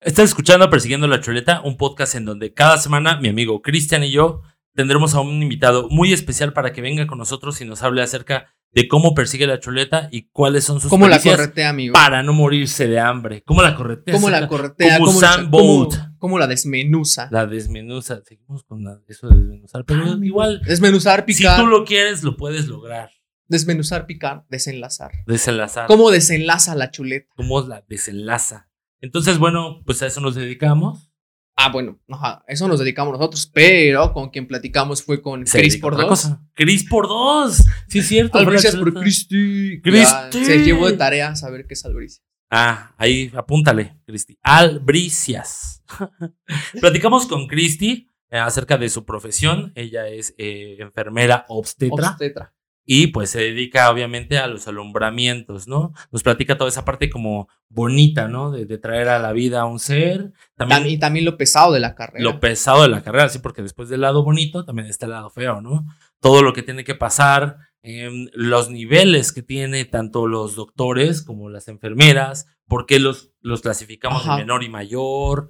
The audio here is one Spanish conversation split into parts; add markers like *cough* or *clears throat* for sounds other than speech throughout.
Estás escuchando Persiguiendo la Chuleta, un podcast en donde cada semana mi amigo Cristian y yo tendremos a un invitado muy especial para que venga con nosotros y nos hable acerca de cómo persigue la chuleta y cuáles son sus ¿Cómo la pericias corretea, amigo? para no morirse de hambre. ¿Cómo la corretea? ¿Cómo la corretea? Como ¿Cómo, la- Usain cómo- Bolt. cómo la desmenuza? La desmenuza. Seguimos con la- eso de desmenuzar, pero Ah, amigo. igual, Desmenuzar, picar, si tú lo quieres, lo puedes lograr. desmenuzar, picar, desenlazar. Desenlazar. ¿Cómo desenlaza la chuleta? ¿Cómo la desenlaza? Entonces, bueno, pues a eso nos dedicamos. Ah, bueno, ajá, eso nos dedicamos nosotros, pero con quien platicamos fue con Se Chris dedica por a otra dos. cosa. Cris por dos. Sí, es cierto. fue la Albricias por chuleta. Cristi. Cristi. Ya, Se llevó de tarea saber qué es albricias. Ah, ahí apúntale, Cristi. Albricias. *laughs* Platicamos con Cristi eh, acerca de su profesión. Ella es eh, enfermera obstetra Obstetra. y pues se dedica obviamente a los alumbramientos, ¿no? Nos platica toda esa parte como bonita, ¿no? De, de traer a la vida a un ser. También Tam- y también lo pesado de la carrera. lo pesado de la carrera, sí, porque después del lado bonito también está el lado feo, ¿no? Todo lo que tiene que pasar, em, los niveles que tiene tanto los doctores como las enfermeras, por qué los, los clasificamos de Ajá. menor y mayor,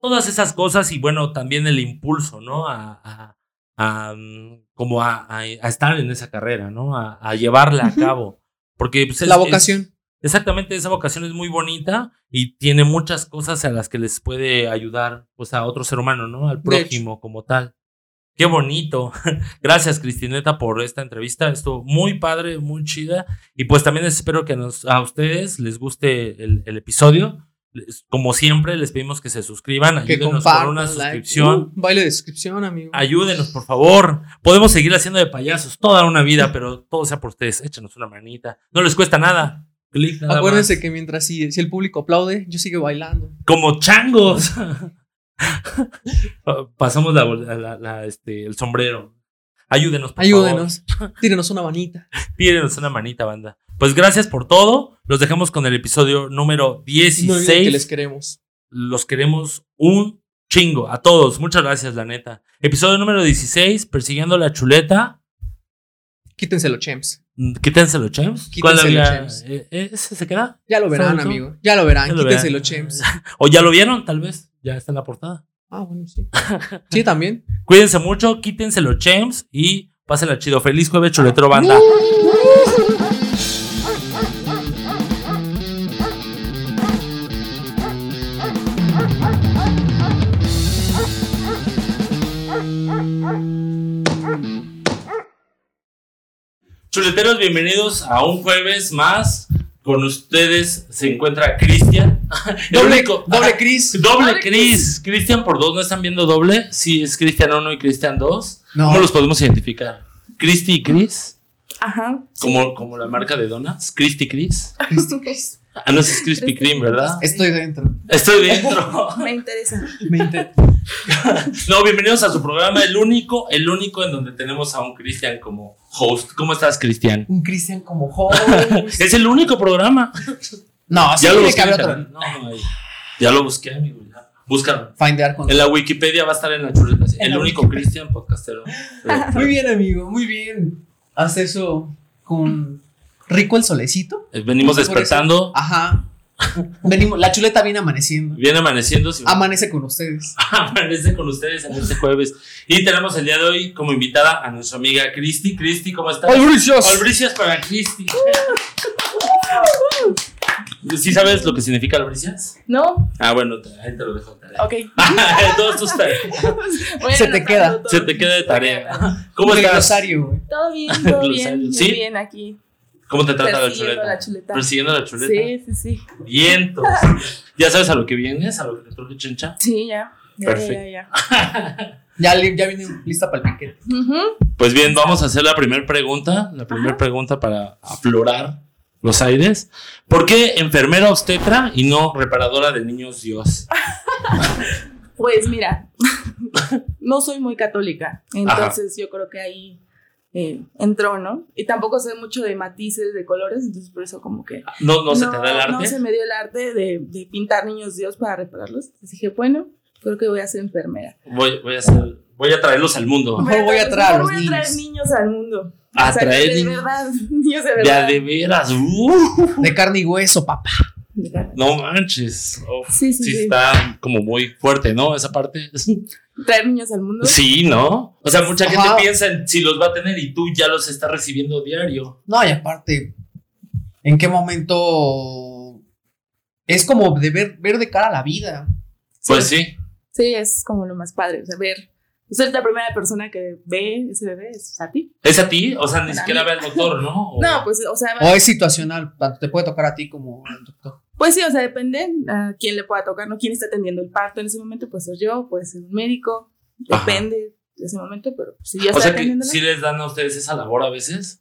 todas esas cosas y bueno, también el impulso, ¿no? A, a- a, mm, como a, a- a estar en esa carrera, ¿no? A, a llevarla a Ujú. cabo. Porque pues, es- la es- vocación. Exactamente, esa vocación es muy bonita y tiene muchas cosas a las que les puede ayudar, pues a otro ser humano, ¿no? Al De hecho. prójimo como tal. Qué bonito. *laughs* Gracias, Cristineta, por esta entrevista. Estuvo muy padre, muy chida. Y pues también espero que nos- a ustedes les guste el, el episodio. Les- Como siempre, les pedimos que se suscriban. que Ayúdenos compartan. con una like. suscripción. Uh, baile de suscripción, amigo. Ayúdenos, por favor. Podemos seguir haciendo de payasos toda una vida, pero todo sea por ustedes. Échenos una manita. No les cuesta nada. Clic nada más. Acuérdense que mientras si, si el público aplaude, yo sigo bailando. como changos. Pa- Pasamos la, bol- la- la- este, el sombrero. Ayúdenos, por Ayúdenos. Tírenos una manita. favor. Tírenos una manita, banda. Pues gracias por todo. Los dejamos con el episodio número No olviden 16. que les queremos. Los queremos un chingo. A todos. Muchas gracias, la neta. Episodio número 16, persiguiendo la chuleta. Quítenselo, champs. Mm, Quítenselo, James. Quítenselo, había? James. Eh, eh, ¿Ese se queda? Ya lo verán, Sobre todo. amigo. Ya lo verán. Ya lo Quítenselo, verán. champs. *laughs* O ya lo vieron, tal vez. Ya está en la portada. Ah, bueno, sí. Sí, *laughs* también. Cuídense mucho, quítense los chems y pásenla chido. Feliz jueves, chuletero banda. Chuleteros, bienvenidos a un jueves más. Con ustedes se encuentra Cristian. *laughs* El Doble, único- *laughs* doble Chris. Doble pues Cris. Cristian por dos. ¿No están viendo doble? Si es Cristian uno y Cristian dos. No. ¿Cómo los podemos identificar? Cristi y Cris. Ajá. Como, como la marca de donas. Cristi Cris. *laughs* Me Ah, no, ese es Crispy Kreme, ¿verdad? Estoy dentro. *laughs* Estoy dentro. interesa. Me inter- No, bienvenidos a su programa. El único, el único en donde tenemos a un Cristian como host. ¿Cómo estás, Cristian? Un Christian como *laughs* joven. Es el único programa. No, sí, ya lo tiene busqué. que haber en otro. internet. No, ay, ya lo busqué, amigo. ya. Búscalo. Findear con. En la Wikipedia va a estar en la chuleta. así, En El la único Cristian *laughs* podcastero. Muy bien, amigo. Muy bien. Haz eso con rico el solecito. Eh, Venimos Por eso- despertando. Ajá. Venimos, la chuleta viene amaneciendo. Viene amaneciendo. si- Amanece con ustedes. *laughs* Amanece con ustedes en este jueves. Y tenemos el día de hoy como invitada a nuestra amiga Cristi. Cristi, ¿cómo estás? pues. Albricias para Cristi. *laughs* ¿Sí sabes lo que significa albricias? No, Ah, bueno, te- ahí te lo dejo. tarea. ok. *laughs* Todos tus tareas. Voy Se te anotando queda. todo. Se te queda de tarea. ¿Cómo Un estás? glosario, güey. *laughs* *laughs* Todo bien, todo bien. Rosario, Muy ¿sí? bien aquí. ¿Cómo te trata la Persiguiendo chuleta? la chuleta. Persiguiendo la chuleta. Sí, sí, sí. Vientos. ¿Ya sabes a lo que vienes? ¿A lo que te truje chencha? Sí, ya. Ya, Perfecto. ya, ya. Ya, li- ya viene lista para el piquete. Ujú. Pues bien, vamos a hacer la primera pregunta. La primera pregunta para aflorar los aires. ¿Por qué enfermera obstetra y no reparadora de niños Dios? Pues mira, *laughs* no soy muy católica, entonces yo creo que ahí eh, entró, ¿no? Y tampoco sé mucho de matices, de colores, entonces por eso como que... ¿No, no, se te da el No arte? se me dio el arte de, de pintar niños Dios para repararlos. Entonces dije, bueno, creo que voy a ser enfermera. Voy, voy a hacer- voy a traerlos al mundo. Mejor voy a traer a los voy a traer niños. niños al mundo. A O sea, traer de niños. verdad, *laughs* niños de Ya verdad. de veras. uh. De carne y hueso, papá. Dejar. No manches. Oh, Sí, sí, sí, sí. está como muy fuerte, ¿no? Esa parte. Traer niños al mundo. Sí, ¿no? O sea, mucha Ajá. gente piensa en si los va a tener y tú ya los estás recibiendo diario. No, y aparte, ¿en qué momento es como de ver, ver de cara a la vida? Pues sí. Sí, es como lo más padre. O sea, ver. Ser la primera persona que ve ese bebé es a ti. ¿Es a ti? O sea, ni Para siquiera mí. ve al doctor, *laughs* ¿no? O- No, pues, o sea, O Oh. es situacional, tanto te puede tocar a ti como al doctor. Pues sí, o sea, depende a quién le pueda tocar, ¿no? ¿Quién está atendiendo el parto en ese momento? Puede ser yo, puede ser un médico, Ajá. depende de ese momento, pero si yo O estoy sea, que atendiéndolo. sí les dan a ustedes esa labor a veces.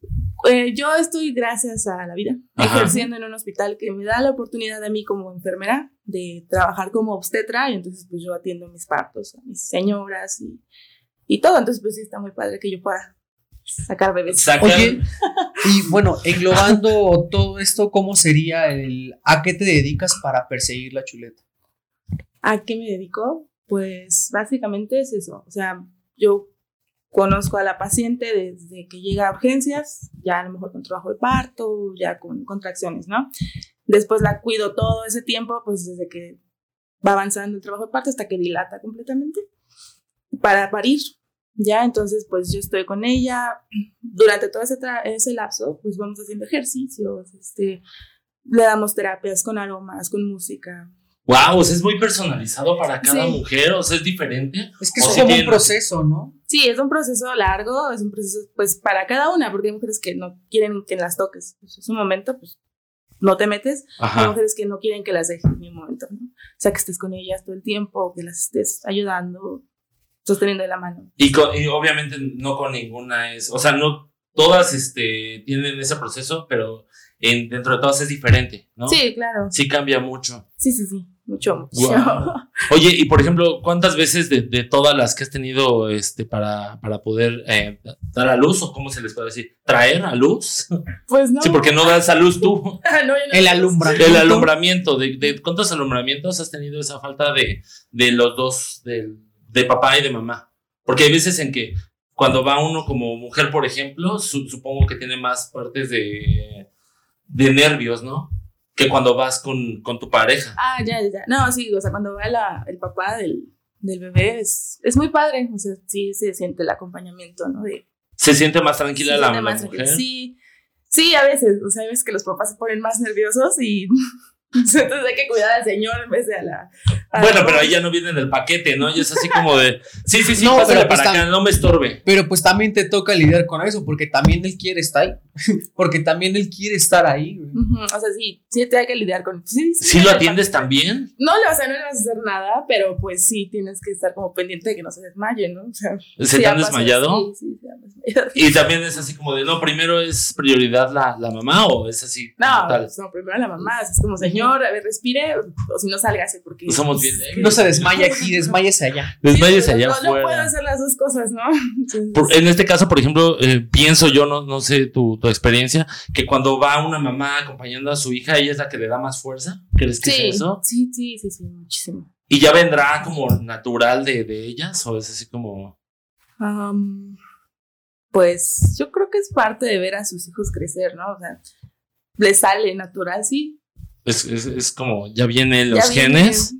Eh, yo estoy, gracias a la vida, Ajá. ejerciendo en un hospital que me da la oportunidad a mí como enfermera de trabajar como obstetra y entonces pues yo atiendo mis partos, a mis señoras y, y todo, entonces pues sí está muy padre que yo pueda sacar bebés. Sacan- Oye, y bueno, englobando todo esto, ¿cómo sería el a qué te dedicas para perseguir la chuleta? ¿A qué me dedico? Pues básicamente es eso. O sea, yo conozco a la paciente desde que llega a urgencias, ya a lo mejor con trabajo de parto, ya con contracciones, ¿no? Después la cuido todo ese tiempo, pues desde que va avanzando el trabajo de parto hasta que dilata completamente para parir. Ya, entonces, pues yo estoy con ella. Durante todo ese, tra- ese lapso, pues vamos haciendo ejercicios, este, le damos terapias con aromas, con música, Wow, o sea, es muy personalizado para cada Sí. mujer, o sea, es diferente. Es que O es si como un tienen- proceso, ¿no? Sí, es un proceso largo, es un proceso pues para cada una, porque hay mujeres que no quieren que las toques. Pues, es un momento, pues no te metes. Hay Ajá. mujeres que no quieren que las dejes ni un momento, ¿no? O sea, que estés con ellas todo el tiempo, que las estés ayudando, sosteniendo de la mano. Y, co- y obviamente no con ninguna es, o sea, no todas este, tienen ese proceso, pero en, dentro de todas es diferente, ¿no? Sí, claro. Sí cambia mucho. Sí, sí, sí. Mucho, mucho. *laughs* Guau. Oye, y por ejemplo, ¿cuántas veces de, de todas las que has tenido este, para, para poder eh, dar a luz o cómo se les puede decir? ¿Traer a luz? Pues no. Ah, Sí, *laughs* porque no das a luz tú. No, yo no- El alumbramiento. El alumbramiento, de, de- ¿cuántos alumbramientos has tenido esa falta de, de los dos, de, de papá y de mamá? Porque hay veces en que cuando va uno como mujer, por ejemplo, su- supongo que tiene más partes de, de nervios, ¿no? Que cuando vas con, con tu pareja. Ah, ya, ya, ya. No, sí, o sea, cuando va la- el papá del, del bebé es, es muy padre. O sea, sí se siente el acompañamiento, ¿no? De, ¿Se siente más tranquila Sí, la, siente la más mujer? tranquila. Sí, sí, a veces. O sea, hay veces que los papás se ponen más nerviosos y *laughs* entonces hay que cuidar al señor en vez de a la. a la- Bueno, pero ahí ya no viene en el paquete, ¿no? Y es así como de, sí, sí, sí, *laughs* No, pásale pero pues para acá, no me estorbe. Pero pues también te toca lidiar con eso, porque también él quiere estar ahí. *laughs* porque también él quiere estar ahí. güey. Ujú, O sea, sí, sí te hay que lidiar con. Sí, sí, ¿Sí lo el atiendes papá- también? No, o sea, no le vas a hacer nada, pero pues sí tienes que estar como pendiente de que no se desmaye, ¿no? O sea, ¿Se sí te ha han pasado- desmayado? Sí, sí, se han desmayado. *laughs* Y también es así como de, no, primero es prioridad la, la mamá o es así. No, como tal? pues, no, primero la mamá, es como señor, a ver, respire, o si no sálgase porque. Pues Somos bien pues, Sí, débiles. No se desmaya *laughs* aquí, desmayese allá. Desmayes no, allá no, No puedo afuera. hacer las dos cosas, ¿no? *laughs* Entonces, Por- en este caso, por ejemplo, eh, pienso yo, no, no sé tu, tu experiencia, que cuando va una mamá acompañando a su hija, ella es la que le da más fuerza. ¿Crees que sí, es eso? sí, sí, sí, sí, muchísimo. ¿Y ya vendrá como natural de, de ellas? ¿O es así como.? Am, pues yo creo que es parte de ver a sus hijos crecer, ¿no? O sea, les sale natural, sí. Es, es- es como, ya vienen Ya los viene genes. Es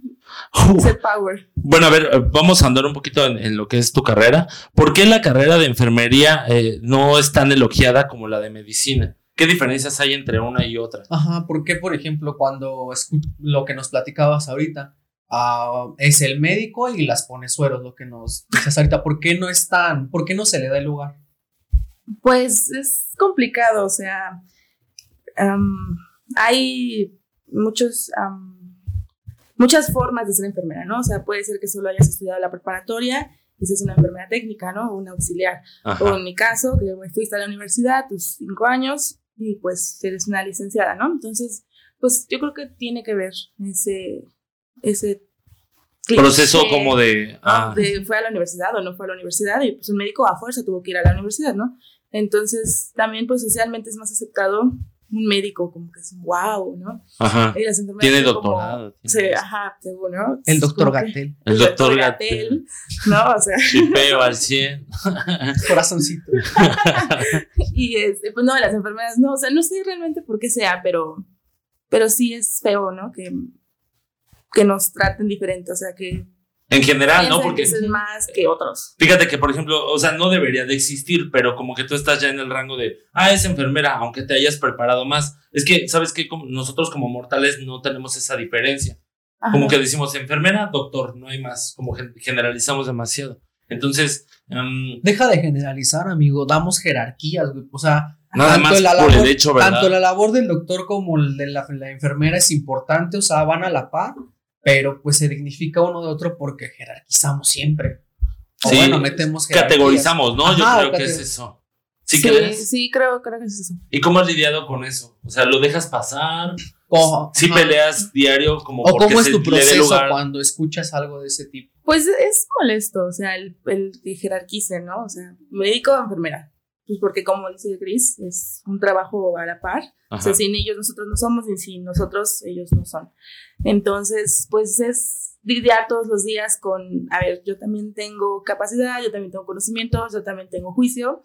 Uf. el power. Bueno, a ver, eh, vamos a andar un poquito en, en lo que es tu carrera. ¿Por qué la carrera de enfermería eh, no es tan elogiada como la de medicina? ¿Qué diferencias hay entre una y otra? Ajá, porque por ejemplo, cuando escu- lo que nos platicabas ahorita ah, es el médico y las pone sueros, lo que nos dices ahorita, ¿por qué no están? ¿Por qué no se le da el lugar? Pues es complicado, o sea, am, hay muchos, am, muchas formas de ser enfermera, ¿no? O sea, puede ser que solo hayas estudiado la preparatoria y seas una enfermera técnica, ¿no? O una auxiliar. O en mi caso, que me fuiste a la universidad tus cinco años y pues eres una licenciada, ¿no? Entonces, pues yo creo que tiene que ver ese, ese Proceso cliché, como de. ¿no? ah, de fue a la universidad o no fue a la universidad y pues un médico a fuerza tuvo que ir a la universidad, ¿no? Entonces, también pues socialmente es más aceptado un médico como que es un wow, ¿no? *laughs* ajá. Y las enfermeras Tiene son como- doctorado. tiene- se- ajá, según, ¿no? El doctor Como que- Gatel, El doctor Gatel. Gatell, ¿no? O sea, Chipeo al 100. *laughs* corazoncito. Y este, pues no, las enfermeras no, o sea, no sé realmente por qué sea, pero pero sí es feo, ¿no? Que, que nos traten diferente, o sea, que En general, Ah, ¿no? piensen Porque eh, que son más que otros. fíjate que, por ejemplo, o sea, no debería de existir, pero como que tú estás ya en el rango de, ah, es enfermera, aunque te hayas preparado más. Es que, ¿sabes qué? Como nosotros como mortales no tenemos esa diferencia. Como Ajá. que decimos enfermera, doctor, no hay más. Como gen- generalizamos demasiado. Entonces, em, Deja de generalizar, amigo. Damos jerarquías, güey. O sea, nada Tanto más la por labor- el hecho, ¿verdad? tanto la labor del doctor como el de la, la enfermera es importante, o sea, van a la par, pero pues se dignifica uno de otro porque jerarquizamos siempre. O Sí. bueno, metemos jerarquías. Categorizamos, ¿no? Yo Ajá, creo que cate- es eso. ¿Sí, sí, crees? sí, creo, creo que es eso. ¿Y cómo has lidiado con eso? O sea, ¿lo dejas pasar? O- ¿Sí Oh, ajá. peleas diario como ¿O porque cómo es se tu le dé proceso lugar? cuando escuchas algo de ese tipo? Pues es molesto, o sea, el, el que jerarquice, ¿no? O sea, médico o enfermera. Pues porque como dice Gris, es un trabajo a la par. O Ajá. sea, sin ellos nosotros no somos y sin nosotros ellos no son. Entonces, pues es lidiar todos los días con, a ver, yo también tengo capacidad, yo también tengo conocimientos, yo también tengo juicio.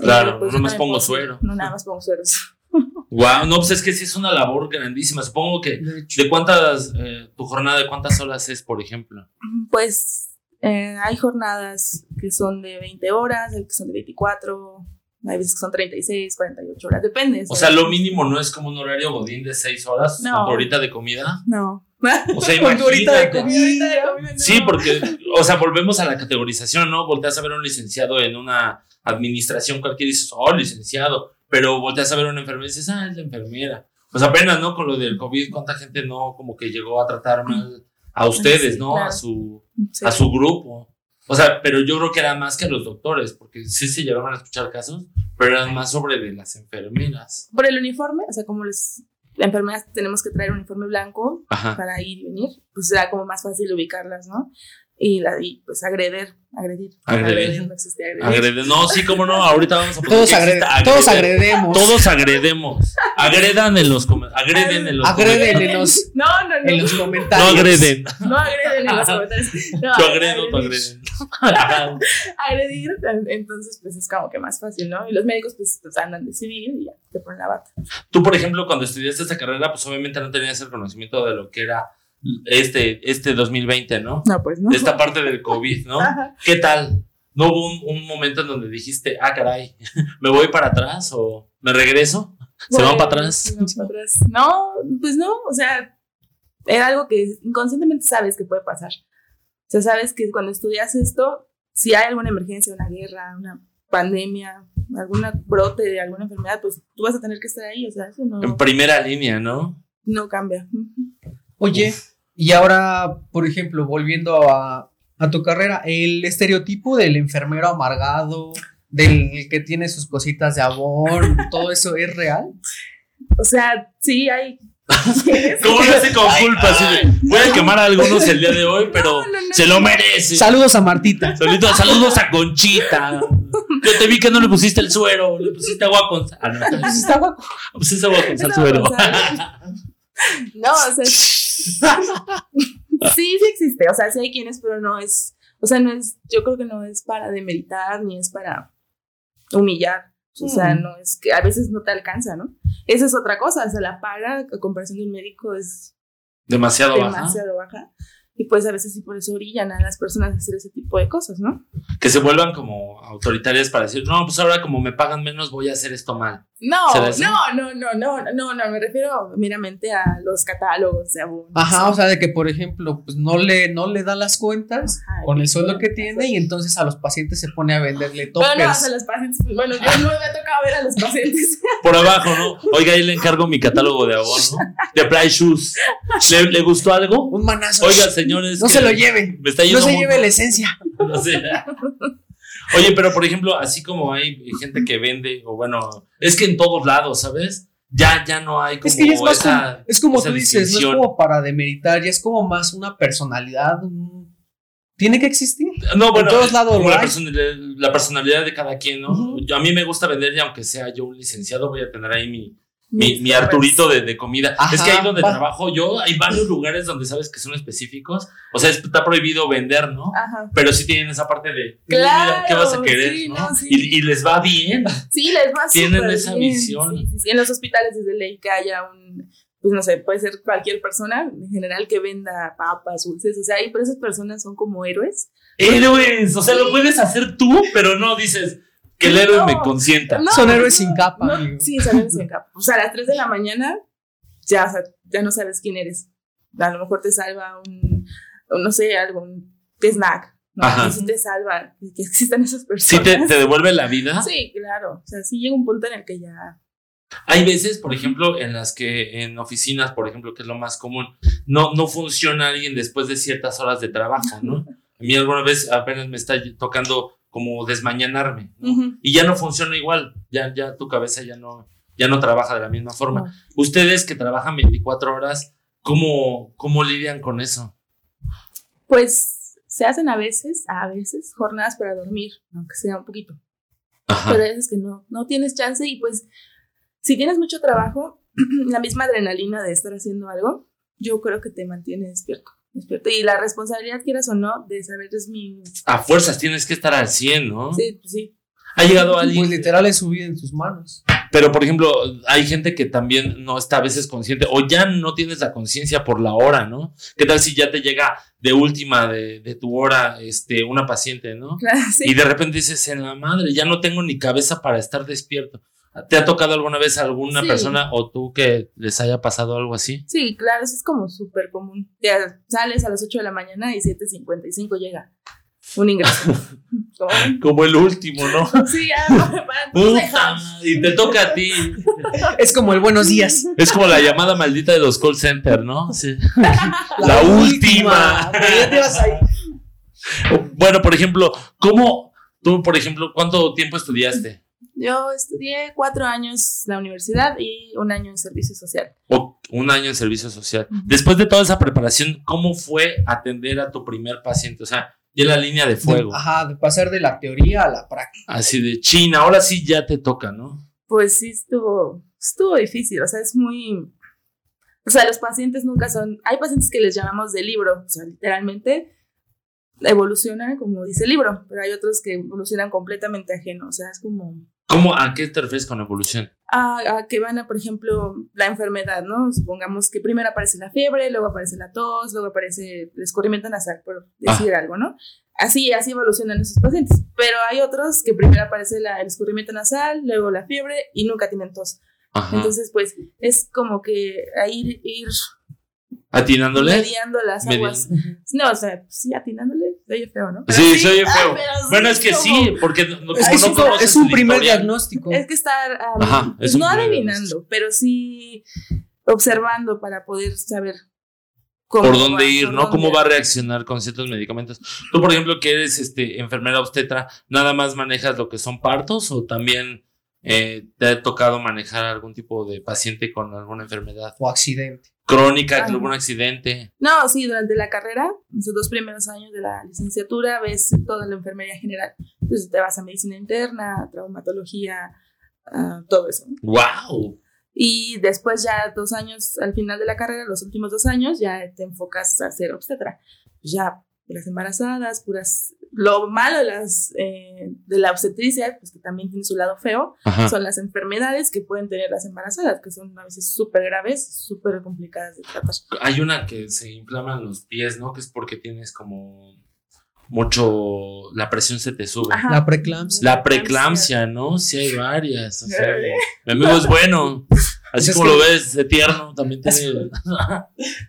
Claro, no Y, yo más también pongo puedo- suero. No, nada más pongo sueros. *laughs* Guau, no, pues es que sí es una labor grandísima. Supongo que. De hecho, ¿De cuántas. eh, tu jornada de cuántas horas es, por ejemplo? Pues eh, hay jornadas que son de 20 horas, hay que son de 24, hay veces que son 36, 48 horas, depende. O sea, lo mínimo no es como un horario godín de seis horas, No. con tu horita de comida. No. *laughs* O sea, *laughs* Con tu horita de imagínate. comida. Sí, porque, o sea, volvemos a la categorización, ¿no? Volteas a ver a un licenciado en una administración cualquiera y dices, oh, licenciado, pero volteas a ver a una enfermera y dices, ah, es la enfermera. Pues apenas, ¿no? Con lo del COVID, ¿cuánta gente no como que llegó a tratar mal a ustedes, Sí, ¿no? A claro. su, Sí. a su grupo. O sea, pero yo creo que era más que a los doctores, porque sí se llegaron a escuchar casos, pero eran más sobre de las enfermeras. Por el uniforme, o sea, como les, las enfermeras tenemos que traer un uniforme blanco Ajá. para ir y venir, pues será como más fácil ubicarlas, ¿no? Y, la, y pues agreder, agredir. Agredir. no existe agredir. Agrede- No, sí, cómo no, ahorita vamos a poner Todos, que agre- exista todos agreder. agredemos. Todos agredemos. Agredan en los comentarios. Agreden en los Agreden *laughs* comentarios. en los, No, no, no. en los No comentarios. agreden. No agreden en los comentarios. *laughs* No, Yo agredo, tú agredir. agreden. Ajá. agredir, entonces pues es como que más fácil, ¿no? Y los médicos pues, pues, andan de civil y ya te ponen la bata. *laughs* Tú, por ejemplo, cuando estudiaste esta carrera, pues obviamente no tenías el conocimiento de lo que era este, este 2020, ¿no? No, pues no. De esta parte del COVID, ¿no? Ajá. ¿Qué tal? ¿No hubo un, un momento en donde dijiste, ah, caray, *laughs* me voy para atrás o me regreso? ¿Se van Pues, para atrás? se van para atrás. No, pues no, o sea, era algo que inconscientemente sabes que puede pasar. O sea, sabes que cuando estudias esto, si hay alguna emergencia, una guerra, una pandemia, algún brote de alguna enfermedad, pues tú vas a tener que estar ahí, o sea, eso no, En primera línea, ¿no? no cambia. Oye, y ahora, por ejemplo, volviendo a, a tu carrera, el estereotipo del enfermero amargado, del que tiene sus cositas de amor, todo eso es real. O sea, *laughs* sí hay... ¿Cómo lo hace con culpa? Así de, voy a quemar a algunos el día de hoy, pero *laughs* No, no, no, se lo no. merece. Saludos a Martita. Saludos, saludos a Conchita. Yo te vi que no le pusiste el suero, le pusiste agua con sal. Ah, no, le pusiste- Está guapo. pusiste agua con sal Estaba suero. pensando. *laughs* No, o *laughs* sea. sí, sí existe. O sea, sí hay quienes, pero no es. O sea, no es. Yo creo que no es para demeritar ni es para humillar. O sea, Mm. no es que a veces no te alcanza, ¿no? Esa es otra cosa. O sea, la paga a comparación de un médico es Demasiado baja. demasiado baja. Y pues a veces sí por eso orillan a las personas a hacer ese tipo de cosas, ¿no? Que se vuelvan como autoritarias para decir, no, pues ahora como me pagan menos voy a hacer esto mal. No, ¿Se les hace? no, no, no, no, no, no, me refiero meramente a los catálogos de abonos. Ajá, o sea, de que por ejemplo, pues no le, no le da las cuentas Ajá, con el sueldo sí. que tiene y entonces a los pacientes se pone a venderle Bueno, hasta toppers. los pacientes. pues, Bueno, yo no me ha tocado ver a los pacientes. Por abajo, ¿no? Oiga, ahí le encargo mi catálogo de abono, de Play Shoes. ¿Le, le gustó algo? Un manazo. Oiga, señores. no que se lo lleve. Me está No yendo se muy lleve mal. la esencia. *laughs* No sé. Oye, pero por ejemplo, así como hay gente que vende, o bueno, es que en todos lados, ¿sabes? Ya, ya no hay como Es que ya es más esa- como, es como esa tú dices, no es distinción. como para demeritar, ya es como más una personalidad. un- Tiene que existir. No, En bueno, todos lados como lo la, hay. personalidad, la personalidad de cada quien, ¿no? Ujú. Yo- a mí me gusta vender y aunque sea yo un licenciado, voy a tener ahí mi, mi, mi Arturito de, de comida. Ajá, es que ahí donde va. trabajo yo, hay varios lugares donde sabes que son específicos. O sea, está prohibido vender, ¿no? Ajá. Pero sí tienen esa parte de, Claro, mira, ¿qué vas a querer? sí, ¿no? no, sí. Y, y les va bien. Sí, les va Tienen súper esa bien, visión. Sí, sí, sí. En los hospitales es de ley que haya un, pues no sé, puede ser cualquier persona en general que venda papas, dulces, o sea, ahí, pero esas personas son como héroes. Héroes, o sea, lo puedes hacer tú, pero no dices que el héroe No. me consienta. No, Son héroes sin capa, no, amigo. sí, son héroes sin capa. O sea, a las 3 de la mañana ya, o sea, ya no sabes quién eres. A lo mejor te salva un, un, no sé, algún snack. ¿no? Ajá. Y sí te salva, que existan esas Sí, personas. te, te devuelve la vida. Sí, claro. O sea, sí llega un punto en el que ya. Hay veces, por ejemplo, en las que en oficinas, por ejemplo, que es lo más común, no, no funciona alguien después de ciertas horas de trabajo, ¿no? A mí alguna vez apenas me está tocando como desmañanarme, ¿no? Ujú. Y ya no funciona igual, ya, ya tu cabeza ya no, ya no trabaja de la misma forma. No. Ustedes que trabajan 24 horas, ¿cómo, cómo lidian con eso? Pues se hacen a veces, a veces, jornadas para dormir, aunque sea un poquito. Ajá. Pero hay veces que no, no tienes chance y pues si tienes mucho trabajo, *clears throat* la misma adrenalina de estar haciendo algo, yo creo que te mantiene despierto. despierto. Y la responsabilidad, quieras o no, de saber es mi... A fuerzas tienes que estar al 100, ¿no? Sí, pues sí. Ha llegado alguien. Pues literal es su vida en sus manos. Pero, por ejemplo, hay gente que también no está a veces consciente o ya no tienes la conciencia por la hora, ¿no? ¿Qué tal si ya te llega de última de, de tu hora este, una paciente, ¿no? Claro, sí. Y de repente dices, en la madre, ya no tengo ni cabeza para estar despierto. ¿Te ha tocado alguna vez alguna Sí. persona o tú que les haya pasado algo así? Sí, claro, eso es como súper común. Ya sales a las 8 de la mañana y 7.55 llega *laughs* un ingreso. Como, Como el último, ¿no? sí, ya, pues, para- *laughs* nos Puta, dejamos. y te toca a ti. Es como el buenos días. Es como la llamada maldita de los call centers, ¿no? *laughs* Sí. *laughs* La última. *laughs* Pero Pues, ya te vas a ir. Bueno, por ejemplo, ¿cómo tú, por ejemplo, cuánto tiempo estudiaste? Yo estudié cuatro años en la universidad y un año en servicio social. O un año en servicio social. Ujú. Después de toda esa preparación, ¿cómo fue atender a tu primer paciente? O sea, ya la línea de fuego, Ajá, de pasar de la teoría a la práctica. así de China, ahora sí ya te toca, ¿no? Pues sí, estuvo, estuvo difícil, o sea, es muy... O sea, los pacientes nunca son... Hay pacientes que les llamamos de libro, o sea, literalmente evolucionan como dice el libro, pero hay otros que evolucionan completamente ajeno, o sea, es como... ¿Cómo, ¿A qué te refieres con evolución? a, a que van a, por ejemplo, la enfermedad, ¿no? Supongamos que primero aparece la fiebre, luego aparece la tos, luego aparece el escurrimiento nasal, por Ah. decir algo, ¿no? Así, así evolucionan esos pacientes. Pero hay otros que primero aparece la- el escurrimiento nasal, luego la fiebre y nunca tienen tos. Ajá. Entonces, pues, es como que a ir, ir ¿Atinándole? mediando las aguas. No, o sea, sí, atinándole, oye feo, ¿no? Pero Sí, se oye ay, feo. pero Bueno, es que como- sí, porque no- como Es, que es no un, conoces es un el primer historial. diagnóstico. Es que estar, um, Ajá, pues es un no problema. adivinando, pero sí observando para poder saber cómo por va, dónde ir, por ¿no? Cómo dónde- va a reaccionar con ciertos medicamentos. Tú, por ejemplo, que eres este, enfermera obstetra, ¿nada más manejas lo que son partos o también eh, te ha tocado manejar algún tipo de paciente con alguna enfermedad O accidente. crónica, Ah. algún accidente? No, sí, durante la carrera, los dos primeros años de la licenciatura, ves toda la enfermería general. Entonces te vas a medicina interna, traumatología, ah, todo eso. ¡Wow! Y después ya dos años, al final de la carrera, los últimos dos años, ya te enfocas a ser obstetra. Pues Ya puras embarazadas, puras... Lo malo de, las, eh, de la obstetricia, pues que también tiene su lado feo, Ajá. son las enfermedades que pueden tener las embarazadas, que son a veces súper graves, súper complicadas de tratar. Hay una que se inflaman los pies, ¿no? Que es porque tienes como mucho, la presión se te sube. Ajá. La preeclampsia. La *laughs* preeclampsia, ¿no? Sí hay varias. o sea, Eh. mi amigo es bueno. Así Es como que- lo ves, de tierno, también tiene...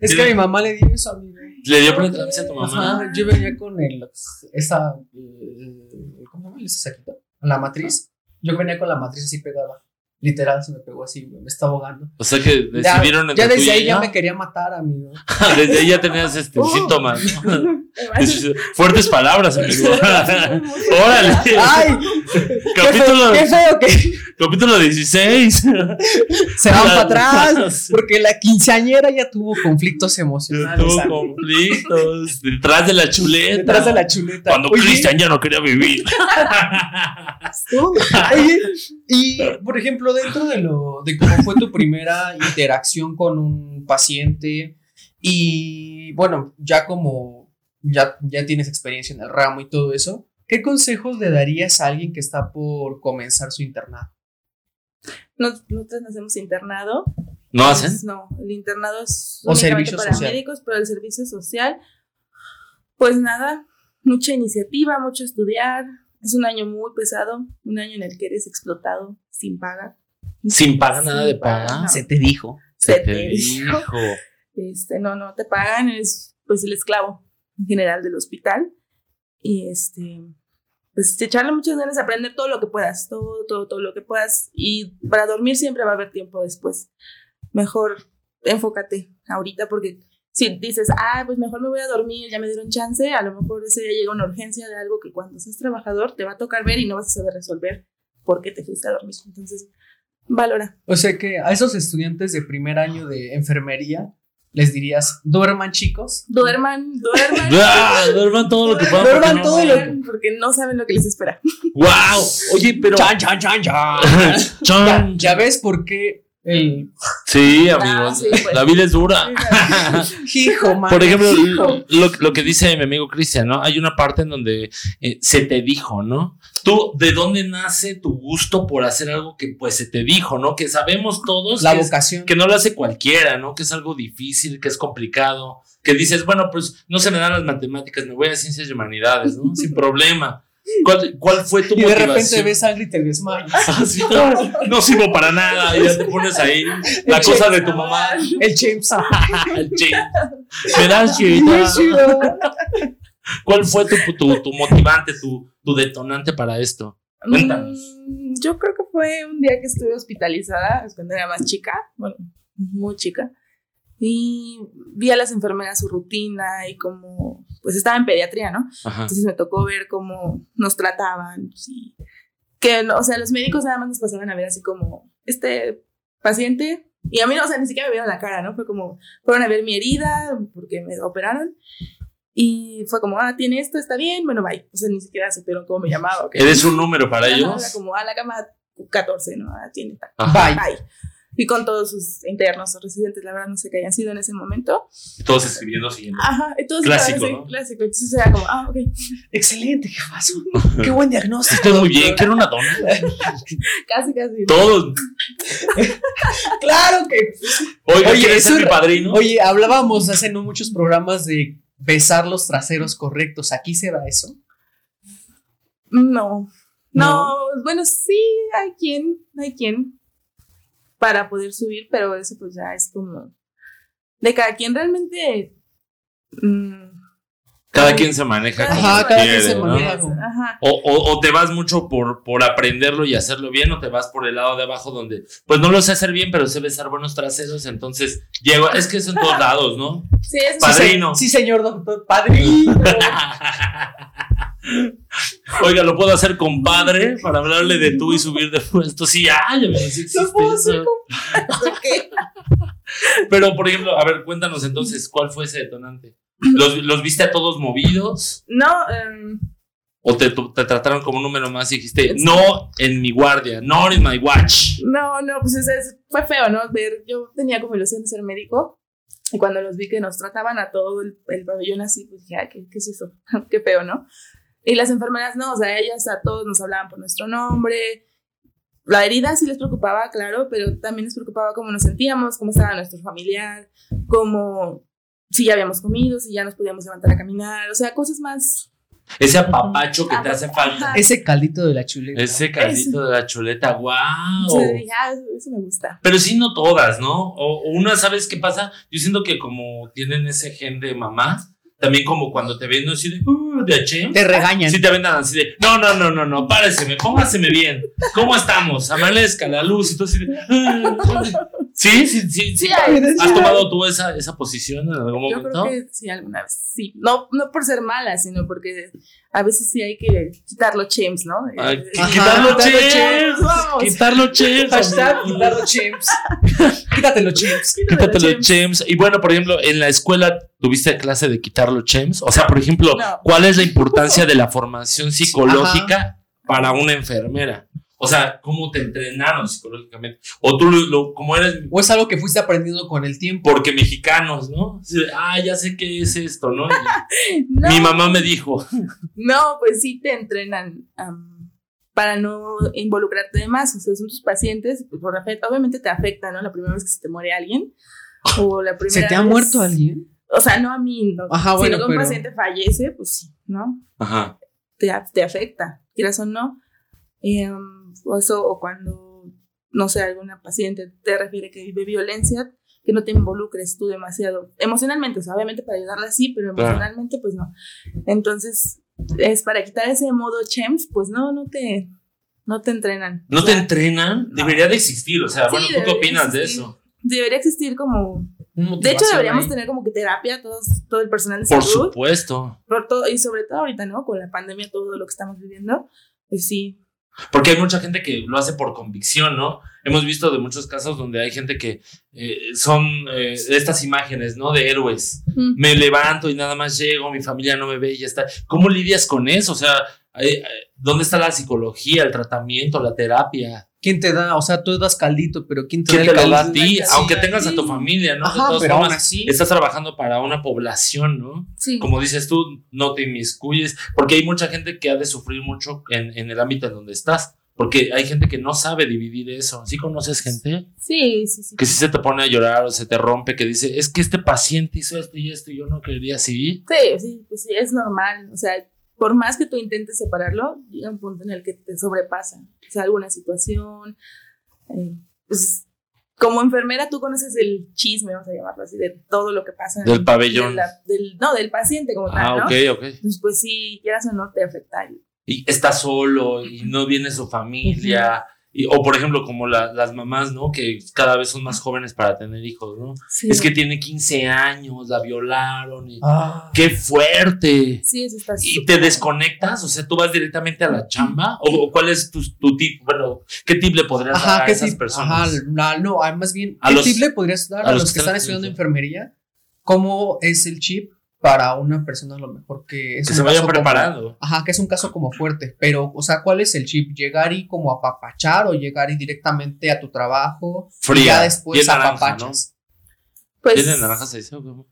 Es que a mi mamá le dio eso, amigo. *laughs* Le dio preeclampsia a tu mamá. Ajá, yo venía con el, esa, eh, ¿cómo se llama? Esa saquita. La matriz. Yo venía con la matriz así pegada. Literal, se me pegó así, güey, me estaba ahogando. O sea que Ya, decidieron entre ya tú desde y ahí ya ella. *laughs* me Uh. quería matar, amigo. Desde ahí ya tenías este, Oh. síntomas. ¿no? *laughs* Embarazo- Fuertes palabras, amigo. Órale. ¡Ay! ¡Qué capítulo, feo, qué *laughs* feo que capítulo 16. *laughs* se van para atrás! Porque la quinceañera ya tuvo conflictos emocionales. Tuvo amigo. conflictos. Detrás de la chuleta. Detrás de la chuleta. Cuando Oye, Cristian ya no quería vivir. *laughs* Oye, y por ejemplo, dentro de lo de cómo fue tu primera interacción con un paciente y bueno, ya como ya, ya tienes experiencia en el ramo y todo eso, ¿qué consejos le darías a alguien que está por comenzar su internado? Nos- nosotros nos hemos internado ¿No hacen? No, el internado es O únicamente servicio para social. médicos, pero el servicio social, pues nada, mucha iniciativa, mucho estudiar. Es un año muy pesado, un año en el que eres explotado sin paga. Sin pagar nada de paga. paga, no. Se te dijo. Ah, Se Se te te dijo. dijo. Este, no, no te pagan, eres pues el esclavo en general del hospital. Y este, pues echarle muchas ganas, aprender todo lo que puedas, todo, todo, todo lo que puedas. Y para dormir siempre va a haber tiempo después. Mejor enfócate ahorita porque si dices, ah, pues mejor me voy a dormir, ya me dieron chance, a lo mejor ese día llega una urgencia de algo que cuando seas trabajador te va a tocar ver y no vas a saber resolver por qué te fuiste a dormir. Entonces, valora. O sea que a esos estudiantes de primer año de enfermería les dirías, duerman chicos. Duerman, *laughs* duerman. Ah, Duerman todo lo que puedan. Duerman porque no todo vayan. lo- porque no saben lo que les espera. ¡Wow! Oye, pero. Chan, chan, chan, chan. ya, Chan. ya ves por qué el Sí, amigos. sí, pues. La vida es dura. *laughs* hijo, *laughs* man. Por ejemplo, Hijo. lo, lo que dice mi amigo Cristian, ¿no? Hay una parte en donde eh, se te dijo, ¿no? Tú, ¿de dónde nace tu gusto por hacer algo que pues se te dijo, ¿no? Que sabemos todos la que, es- vocación. que no lo hace cualquiera, ¿no? Que es algo difícil, que es complicado, que dices, bueno, pues no se me dan las matemáticas, me voy a ciencias y humanidades, ¿no? Sin problema. ¿Cuál, cuál fue tu Y de motivación? repente *laughs* ves sangre y te *laughs* desmayas. Así, no, no sirvo para nada, y ya te pones *laughs* ahí la cosa de tu *laughs* mamá. El James. Sí. Me das *laughs* chido. ¿Cuál fue tu, tu, tu motivante, tu, tu detonante para esto? Cuéntanos. Mm, Yo creo que fue un día que estuve hospitalizada, es cuando era más chica, bueno, muy chica, y vi a las enfermeras su rutina y cómo, pues estaba en pediatría, ¿no? Ajá. Entonces me tocó ver cómo nos trataban. sí. que, no- o sea, los médicos nada más nos pasaban a ver así como, este paciente, y a mí no, o sea, ni siquiera me vieron la cara, ¿no? Fue como, fueron a ver mi herida porque me operaron. Y fue como, ah, tiene esto, está bien, bueno, bye. O sea, ni siquiera supieron cómo me llamaba. o qué. ¿Eres un número para Ajá, ellos? Era como, a la cama 14, ¿no? Ah, tiene tal. Ajá. Bye. Y con todos sus internos o residentes, la verdad no sé qué hayan sido en ese momento. Y Todos escribiendo, siguiendo. Ajá, entonces Clásico, sí, ¿no? clásico. Entonces era como, ah, ok. *laughs* Excelente, qué pasó. Qué buen diagnóstico. Estoy muy bien, quiero una dona. Casi, casi. Todos. *laughs* Claro que. Oiga, Oye, ¿quieres eso ser es- mi padrino? Oye, hablábamos hace no muchos programas de besar los traseros correctos. ¿Aquí se da eso? No. No. No, bueno, sí, hay quien, hay quien para poder subir, pero eso pues ya es como de cada quien realmente. mm, Cada quien se maneja. cada como Ajá, cada quien quiere, se ¿no? maneja. Ajá. O, o- o te vas mucho por, por aprenderlo y hacerlo bien, o te vas por el lado de abajo donde, pues no lo sé hacer bien, pero sé besar buenos traseros, entonces llego. Es que es en todos lados, ¿no? *laughs* Sí, Padre. es Sí, se- Padrino. Sí, señor doctor. *laughs* Padrino. Oiga, lo puedo hacer compadre para hablarle de tú y subir de puesto. Sí, ay, ya me existe Lo puedo hacer *laughs* eso. Pero, por ejemplo, a ver, cuéntanos entonces, ¿cuál fue ese detonante? ¿Los, los viste a todos movidos? No, em, ¿O te, te trataron como un número más y dijiste, no en mi guardia, no en my watch? No, no, pues es- es- fue feo, ¿no? Ver, yo tenía como ilusión de ser médico y cuando los vi que nos trataban a todo el, el pabellón así, pues dije, ay, ¿qué, qué es eso? *laughs* qué feo, ¿no? Y las enfermeras no, o sea, ellas a todos nos hablaban por nuestro nombre. La herida sí les preocupaba, claro, pero también les preocupaba cómo nos sentíamos, cómo estaba nuestro familiar, cómo si ya habíamos comido, si ya nos podíamos levantar a caminar, o sea, cosas más. Ese apapacho que te hace falta. Ajá. Ese caldito de la chuleta. Ese caldito de la chuleta, wow. O sea, dije, ah, eso me gusta. Pero sí, no todas, ¿no? O, o una, ¿sabes qué pasa? Yo siento que como tienen ese gen de mamá, también como cuando te ven, ¿no? Así de, "Uh, de H. Te regañan. Sí te ven así de, no, no, no, no, no, páreseme, póngaseme bien. ¿Cómo estamos? Amanezca la luz y todo así de, "Ah". Sí, sí, sí, sí. Sí, hay- ¿Has tomado tú esa, esa posición en algún Yo momento? creo que sí, alguna vez sí. No, no por ser mala, sino porque a veces sí hay que quitar los chems, ¿no? Ay, Eh, qui- quitarlo, Ajá, quitarlo, chefs, chefs, vamos. quitarlo, chefs. Hashtag amigo. quitado *laughs* chimps. *laughs* Quítatelo chimps. Quítate los chems. chems. Y bueno, por ejemplo, en la escuela tuviste clase de quitar los chems. O sea, por ejemplo, No. ¿cuál es la importancia de la formación psicológica para una enfermera? O sea, ¿cómo te entrenaron psicológicamente? O tú, lo- lo- como eres, O es algo que fuiste aprendiendo con el tiempo. porque mexicanos, ¿no? Así de, Ah, ya sé qué es esto, ¿no? Y *laughs* No, Mi mamá me dijo, no, pues sí te entrenan am, para no involucrarte de más. O sea, son tus pacientes, pues, por afecto, obviamente te afecta, ¿no? La primera vez que se te muere alguien. O la primera ¿Se te ha vez- muerto alguien? O sea, no a mí. No. Ajá, si bueno, luego pero- un paciente fallece, pues sí, ¿no? Ajá. Te, a- te afecta, quieras o no. Em, o eso, o cuando, no sé, alguna paciente te refiere que vive violencia, que no te involucres tú demasiado. Emocionalmente, o sea, obviamente para ayudarla sí, pero Claro. emocionalmente, pues no. Entonces, es para quitar ese modo chems, pues no, no te, no te entrenan. ¿No O te sea, entrenan? Debería de existir. O sea, Sí, bueno, ¿tú qué debería opinas de existir. eso? Debería existir como. De hecho, deberíamos tener como que terapia, todos, todo el personal de Por salud. supuesto. por todo, y sobre todo ahorita, ¿no? Con la pandemia, todo lo que estamos viviendo, pues sí. Porque hay mucha gente que lo hace por convicción, ¿no? Hemos visto de muchos casos donde hay gente que eh, son eh, estas imágenes, ¿no? De héroes. Me levanto y nada más llego, mi familia no me ve y ya está. ¿Cómo lidias con eso? O sea, hay- hay- ¿dónde está la psicología, el tratamiento, la terapia? ¿Quién te da? O sea, tú das caldito, pero ¿quién te ¿Quién da te el lo da caldito? a ti? Sí, Aunque tengas a tu sí. familia, ¿no? De Ajá, todas pero aún formas, así. Estás trabajando para una población, ¿no? Sí. Como dices tú, no te inmiscuyes, porque hay mucha gente que ha de sufrir mucho en, en el ámbito en donde estás, porque hay gente que no sabe dividir eso. ¿Sí conoces gente Sí, sí, sí. que si se te pone a llorar o se te rompe, que dice, es que este paciente hizo esto y esto y yo no quería así? Sí, sí, pues sí, es normal. O sea, por más que tú intentes separarlo, llega un punto en el que te sobrepasa. O sea, alguna situación. eh, pues, como enfermera, tú conoces el chisme, vamos a llamarlo así, de todo lo que pasa. en- Del pabellón. de la- del, no, del paciente como Ah, tal, ¿no? ok, ok. Pues, pues sí, quieras o no, te afecta. Y está solo y no viene su familia. Y, o por ejemplo, como la- las mamás, ¿no? Que cada vez son más jóvenes para tener hijos, ¿no? Sí. Es que tiene 15 años, la violaron y... Ah, ¡Qué fuerte! Sí, eso está ¿Y súper te mal. desconectas? O sea, ¿tú vas directamente a la chamba? ¿O, o cuál es tu, tu tip? Bueno, ¿qué tip le podrías dar Ajá, a ¿qué esas tip? personas? Ajá, na- no, ah, más bien, A ¿qué los- tip le podrías dar a a, los los, que que están están estudiando estudiando. enfermería? ¿Cómo es el chip para una persona a lo mejor que es que un se vayan caso como- preparando. Ajá, que es un caso como fuerte, pero, o sea, ¿cuál es el chip? ¿Llegar y como apapachar o llegar y directamente a tu trabajo? Y ya Fría. después Piel naranja, ¿no? apapachas. Pues, ¿Piel de naranja se dice? o cómo?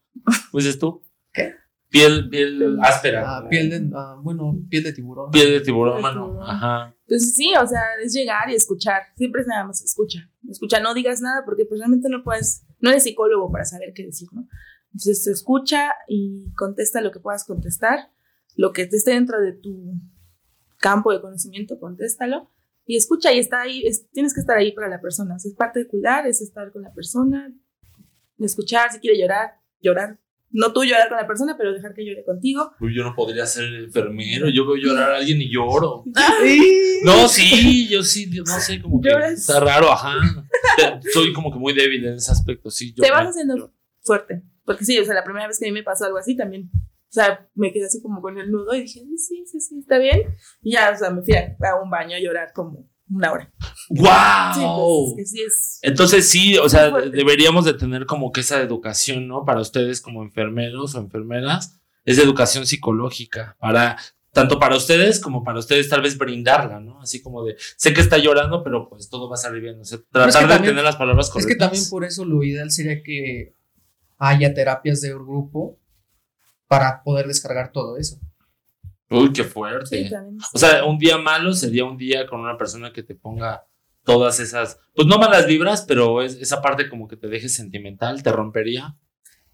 ¿Pues es tú? ¿Qué? Piel, piel áspera. Ah, piel de, ah, bueno, piel de tiburón. Piel de tiburón, Piel de mano. tiburón. Ajá. Entonces Pues sí, o sea, es llegar y escuchar. Siempre es nada más escucha. Escucha, no digas nada porque pues realmente no puedes, no eres psicólogo para saber qué decir, ¿no? Entonces escucha y contesta lo que puedas contestar, lo que te esté dentro de tu campo de conocimiento, contéstalo. Y escucha y está ahí, es- tienes que estar ahí para la persona. O sea, es parte de cuidar, es estar con la persona, escuchar, si quiere llorar, llorar. No tú llorar con la persona, pero dejar que llore contigo. Uy, yo no podría ser enfermero. Yo veo llorar a alguien y lloro. Sí. No, sí, yo sí, yo no sé, como que Lloras. está raro, ajá. Te- Soy como que muy débil en ese aspecto, sí. yo te vas me- haciendo fuerte. Porque sí, o sea, la primera vez que a mí me pasó algo así también. O sea, me quedé así como con el nudo y dije, sí, sí, sí, está bien. Y ya, o sea, me fui a, a un baño a llorar como una hora. ¡Guau! Sí, pues, es que sí es. Entonces sí, o sea, Muy fuerte. deberíamos de tener como que esa educación, ¿no? Para ustedes como enfermeros o enfermeras, es educación psicológica, para tanto para ustedes como para ustedes tal vez brindarla, ¿no? Así como de, sé que está llorando, pero pues todo va a salir bien, o sea, tratar es que de también- tener las palabras Es correctas. que también por eso lo ideal sería que haya terapias de grupo para poder descargar todo eso. Uy, qué fuerte. Sí, también es- O sea, un día malo sería un día con una persona que te ponga todas esas, pues no malas vibras, pero es- esa parte como que te deje sentimental, te rompería.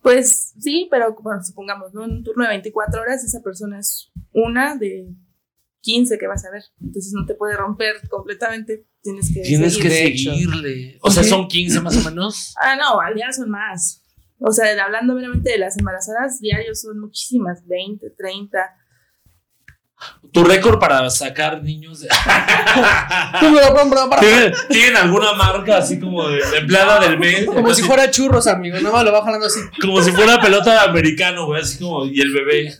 Pues sí, pero bueno, supongamos, ¿no? En un turno de 24 horas, esa persona es una de 15 que vas a ver. Entonces no te puede romper completamente. Tienes que. Tienes seguir. que de hecho. seguirle. O sea, Sí. son 15 más o menos. Ah, no, al día son más. O sea, hablando meramente de las embarazadas, diarios son muchísimas, 20, 30. Tu récord para sacar niños. de- *laughs* ¿Tienen, tienen alguna marca así como de de empleada del mes? Como si fuera churros, amigo. Nada más lo va jalando así. como si fuera pelota de americano, güey. Así como, y el bebé.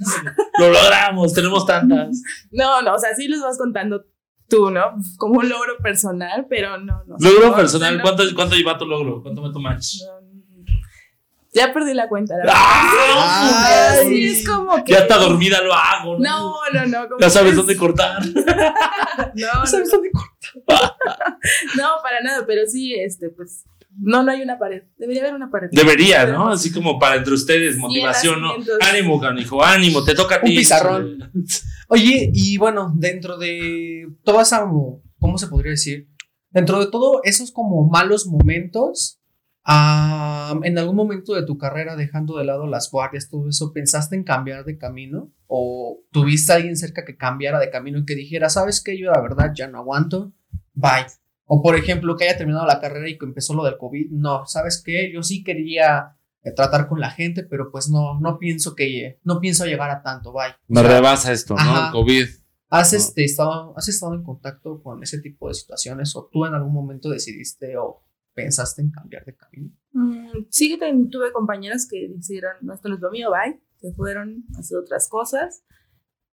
Lo logramos, tenemos tantas. No, no, o sea, sí los vas contando tú, ¿no? Como un logro personal, pero no, no. Logro No, personal, no, ¿cuánto, cuánto lleva tu logro? ¿Cuánto va tu match? no, no. Ya perdí la cuenta, la verdad. ¡Ah! Ay. Pero sí, es como que. Ya está dormida, lo hago. No, no, no. como Ya sabes que- dónde cortar. No, no, ¿Sabes dónde? no, para nada, pero sí, este, pues. No, no hay una pared. Debería haber una pared. Debería, ¿no? Así como para entre ustedes, motivación, ¿no? nacimientos. Ánimo, canijo, ánimo, te toca a Un ti. pizarrón. Oye, y bueno, dentro de toda esa, ¿cómo se podría decir? Dentro de todo esos como malos momentos, ah, en algún momento de tu carrera, dejando de lado las guardias, todo eso, ¿pensaste en cambiar de camino? ¿O tuviste a alguien cerca que cambiara de camino y que dijera, sabes qué, yo la verdad ya no aguanto, bye? O por ejemplo, que haya terminado la carrera y que empezó lo del COVID, no, ¿sabes qué? Yo sí quería eh, tratar con la gente, pero pues no, no pienso que, eh, no pienso llegar a tanto, bye. Me O sea, rebasa esto, ¿no? Ajá. COVID. ¿Has, ¿no? este, estado, ¿Has estado en contacto con ese tipo de situaciones o tú en algún momento decidiste o pensaste en cambiar de camino? Mm, sí, que ten- tuve compañeras que dijeron, no, esto no es lo mío, bye. Se fueron a hacer otras cosas.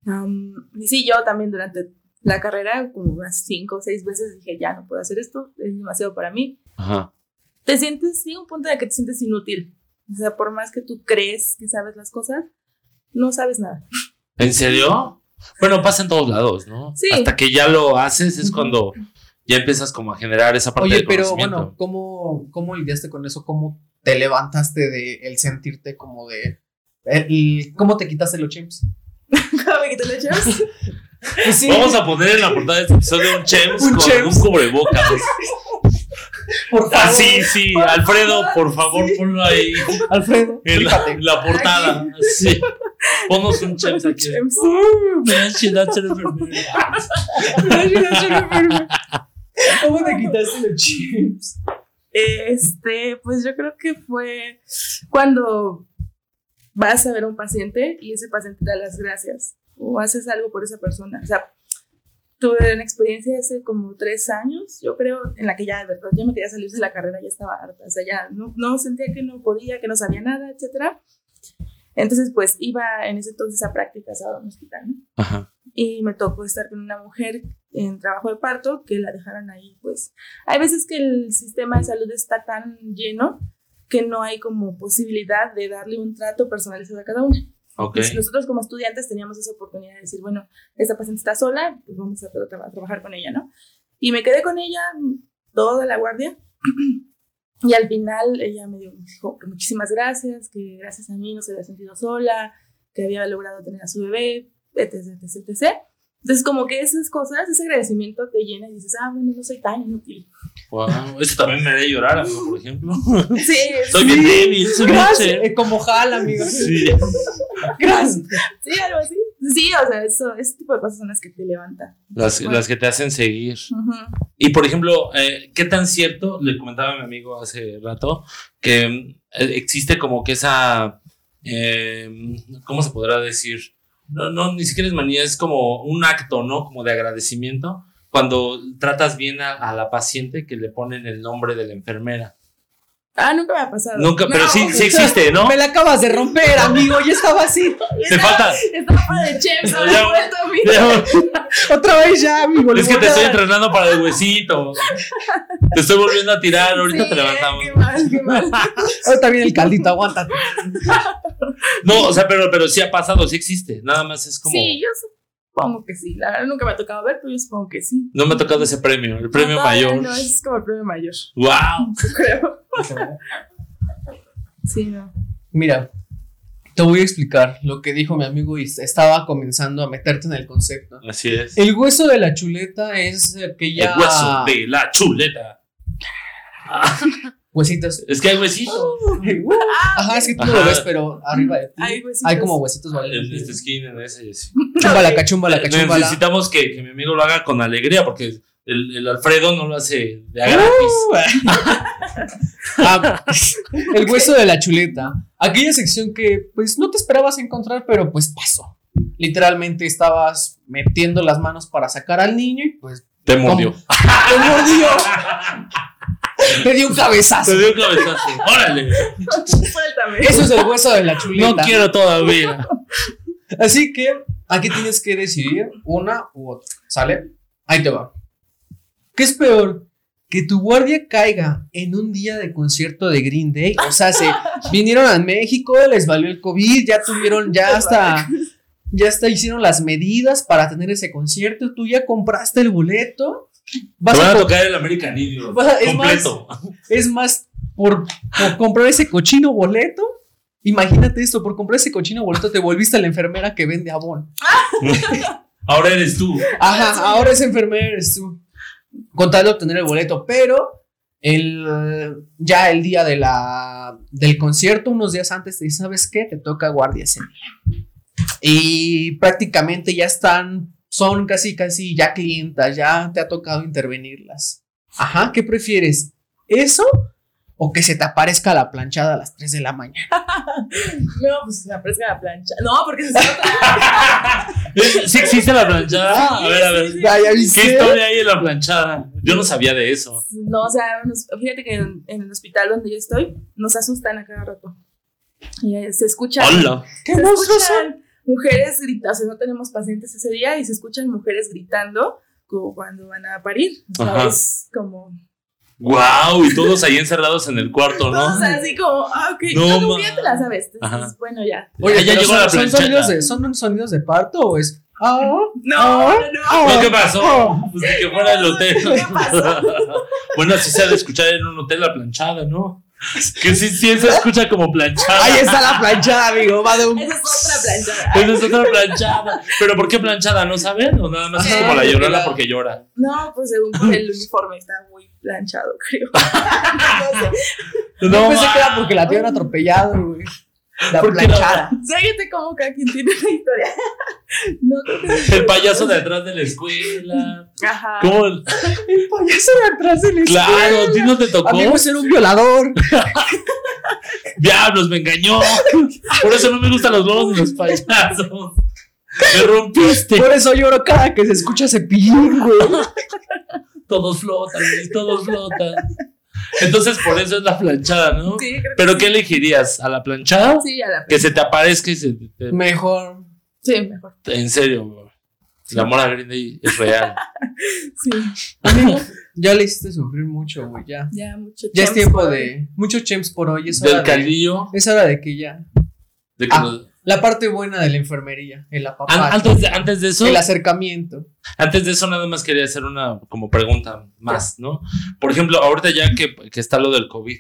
Am, y sí, yo también durante la carrera, como unas cinco o seis veces dije, ya no puedo hacer esto, es demasiado para mí. Ajá. Te sientes, llega un punto en el que te sientes inútil. O sea, por más que tú crees que sabes las cosas, no sabes nada. *laughs* ¿En serio? Bueno, pasa en todos lados, ¿no? Sí. Hasta que ya lo haces es Ujú. cuando ya empiezas como a generar esa parte Oye, del pero conocimiento. bueno, ¿cómo, ¿cómo lidiaste con eso? ¿Cómo te levantaste de el sentirte como de... el- el- ¿Cómo te quitaste los chimps? ¿Cómo me quité los chavos? Pues sí, Vamos a poner en la portada de este episodio un Chems Un con Chems. un cubrebocas. por favor, Ah, sí, sí, Por Alfredo, favor, por favor, sí. ponlo ahí Alfredo, *laughs* en la, fíjate. en la portada. Sí. Ponos un Chems aquí. Chems. Uh, me da ansiedad ser enfermero. *laughs* ¿Cómo te quitaste los chimps? Este, pues yo creo que fue cuando vas a ver a un paciente y ese paciente te da las gracias o haces algo por esa persona. O sea, tuve una experiencia hace como tres años, yo creo, en la que ya de verdad yo me quería salir de la carrera, ya estaba harta. O sea, ya no, no sentía que no podía, que no sabía nada, etcétera. Entonces, pues iba en ese entonces a prácticas a un hospital, ¿no? Ajá. y me tocó estar con una mujer en trabajo de parto que la dejaron ahí, pues. Hay veces que el sistema de salud está tan lleno que no hay como posibilidad de darle un trato personalizado a cada uno. Ok. Entonces, nosotros como estudiantes teníamos esa oportunidad de decir, bueno, esta paciente está sola, pues vamos a, tra- tra- trabajar con ella, ¿no? Y me quedé con ella toda la guardia. *clears throat* Y al final ella me dio- me dijo que muchísimas gracias, que gracias a mí no se había sentido sola, que había logrado tener a su bebé, etc, etc, etc. Entonces, como que esas cosas, ese agradecimiento te llena y dices, ah, bueno, no soy tan inútil. *laughs* Wow. Eso también me haría llorar, amigo, por ejemplo. Sí, Soy bien débil, soy bien Gracias, cher- eh, como jala, amigo. Sí. Gracias. sí, algo así. Sí, o sea, eso, ese tipo de cosas son las que te levantan. Las, las que te hacen seguir. Ujú. Y por ejemplo, eh, ¿qué tan cierto? Le comentaba a mi amigo hace rato que mm, eh, existe como que esa, eh, ¿cómo se podrá decir? No, no, ni siquiera es manía, es como un acto, ¿no? Como de agradecimiento cuando tratas bien a, a la paciente que le ponen el nombre de la enfermera. Ah, nunca me ha pasado. Nunca, pero No. sí, sí existe, *laughs* ¿no? Me la acabas de romper, amigo. Ya estaba así. Te falta. Estaba fuera de Chems, ahora Ya. he vuelto a mí. *laughs* Otra vez ya, amigo. le Es que voy te a estoy dar. entrenando para el huesito. Te estoy volviendo a tirar, ahorita Sí, eh, te levantamos. Qué mal, *laughs* qué mal. Ahorita viene el caldito, aguanta. No, o sea, pero, pero sí ha pasado, sí existe. Nada más es como. Sí, yo supongo que sí. La verdad nunca me ha tocado ver, pero yo supongo que sí. No me ha tocado ese premio, el premio No, Ah, todavía mayor. No, es como el premio mayor, ¡Wow! yo creo. Sí, no. *laughs* Mira, te voy a explicar lo que dijo mi amigo y estaba comenzando a meterte en el concepto. Así es. El, El hueso de la chuleta es aquella. hueso de la chuleta. Huesitos. Es que hay huesitos Ajá, es que tú no lo Ajá. ves, pero arriba de ti. Hay huesitos. Hay como huesitos, ¿vale? en esta esquina, en ese. sí. Eh, Chúmbala, cachumbala, cachumbala. Necesitamos que, que mi amigo lo haga con alegría porque el, el Alfredo no lo hace de a gratis. Ah, *laughs* el hueso de la chuleta. Aquella sección que pues no te esperabas encontrar, pero pues pasó. Literalmente estabas metiendo las manos para sacar al niño y pues Te mordió. te mordió. Te dio un cabezazo. Te dio un cabezazo. ¡Órale! Suéltame. Eso es el hueso de la No chuleta. quiero todavía. Así que aquí tienes que decidir una u otra. ¿Sale? Ahí te va. ¿Qué es peor? Que tu guardia caiga en un día de concierto de Green Day. O sea, *laughs* se vinieron a México, les valió el COVID, ya tuvieron, ya hasta, ya hasta hicieron las medidas para tener ese concierto. Tú ya compraste el boleto. Te Vas van a a co- *laughs* tocar el American Idiot. vas a- es más- Completo. *laughs* es más, por, por comprar ese cochino boleto. Imagínate esto, por comprar ese cochino boleto te volviste la enfermera que vende abón. Ahora eres tú. Ajá, ahora esa enfermera eres tú. Con tal de obtener el boleto, pero el, ya el día de la, del concierto, unos días antes, te dicen, ¿sabes qué? Te toca guardia ese día". Y prácticamente ya están, son casi, casi ya clientas, ya te ha tocado intervenirlas. Ajá, ¿qué prefieres? ¿Eso o que se te aparezca la planchada a las 3 de la mañana? No, pues me aparezca la plancha. No, porque se está Eh, ¿Sí existe la planchada? Sí, Ah, a ver, a ver. sí, sí. Ya, ya ¿Qué viste. historia hay en la planchada? Yo no sabía de eso. No, o sea, nos- fíjate que en, en el hospital donde yo estoy, nos asustan a cada rato. Y eh, se escuchan, Hola. ¿Qué se nos escuchan mujeres gritando, o sea, no tenemos pacientes ese día y se escuchan mujeres gritando como cuando van a parir. O sea, Ajá. es como, Wow, y todos ahí encerrados en el cuarto, o ¿no? sea, así como, ah, ok, No no, ma- ya te la sabes. Entonces, Ajá. bueno, ya. Oye, ya pero llegó son, la son planchada. sonidos de, ¿Son sonidos de parto o es? ah, No, ah, no. ah, No, ¿Qué pasó? ah? Pues de que fuera el hotel. *laughs* ¿Qué pasó? *laughs* bueno, sí se ha de escuchar en un hotel la planchada, ¿no? Que sí, sí se escucha como planchada. Ahí está la planchada, amigo. Va de un. Esa es otra plancha. Esa Pues es otra planchada. ¿Pero por qué planchada? ¿No saben? ¿O nada más es Ajá, como la porque llorona la- porque llora? No, pues según por el uniforme está muy planchado, *laughs* creo. no sé. No, pensé ma- que era porque la tía era atropellada, güey. La ¿Por qué la- planchada. Sáquete como cada quien tiene la historia. *laughs* No creo que El payaso de atrás de la escuela. Ajá. ¿Cómo? el- Ah. El payaso de atrás del Claro, ¿a ti no te tocó? Amigo, ese era un *laughs* violador. Diablos, me engañó. Por eso no me gustan los globos de los payasos. Me este rompiste. Por eso lloro cada que se escucha cepillín, güey. Todos flotan, Luis, todos flotan. Entonces, por eso es la planchada, ¿no? Sí, creo que ¿Pero sí. qué elegirías? ¿A la planchada? Sí, a la Que se te aparezca y se te- te- Mejor. Sí, mejor. En serio, bro. El amor a Green Day es *laughs* real. Sí, Amigo, ya le hiciste sufrir mucho, güey. Ya. ya mucho Ya es chance tiempo por- de. Mucho chems por hoy. Es hora Del de, caldillo. es hora de que ya. de que Ah. nos- La parte buena de la enfermería, el An- apapacho, antes, de, antes de eso, el acercamiento. antes de eso nada más quería hacer una como pregunta más, ¿no? Por ejemplo, ahorita ya que, que está lo del COVID,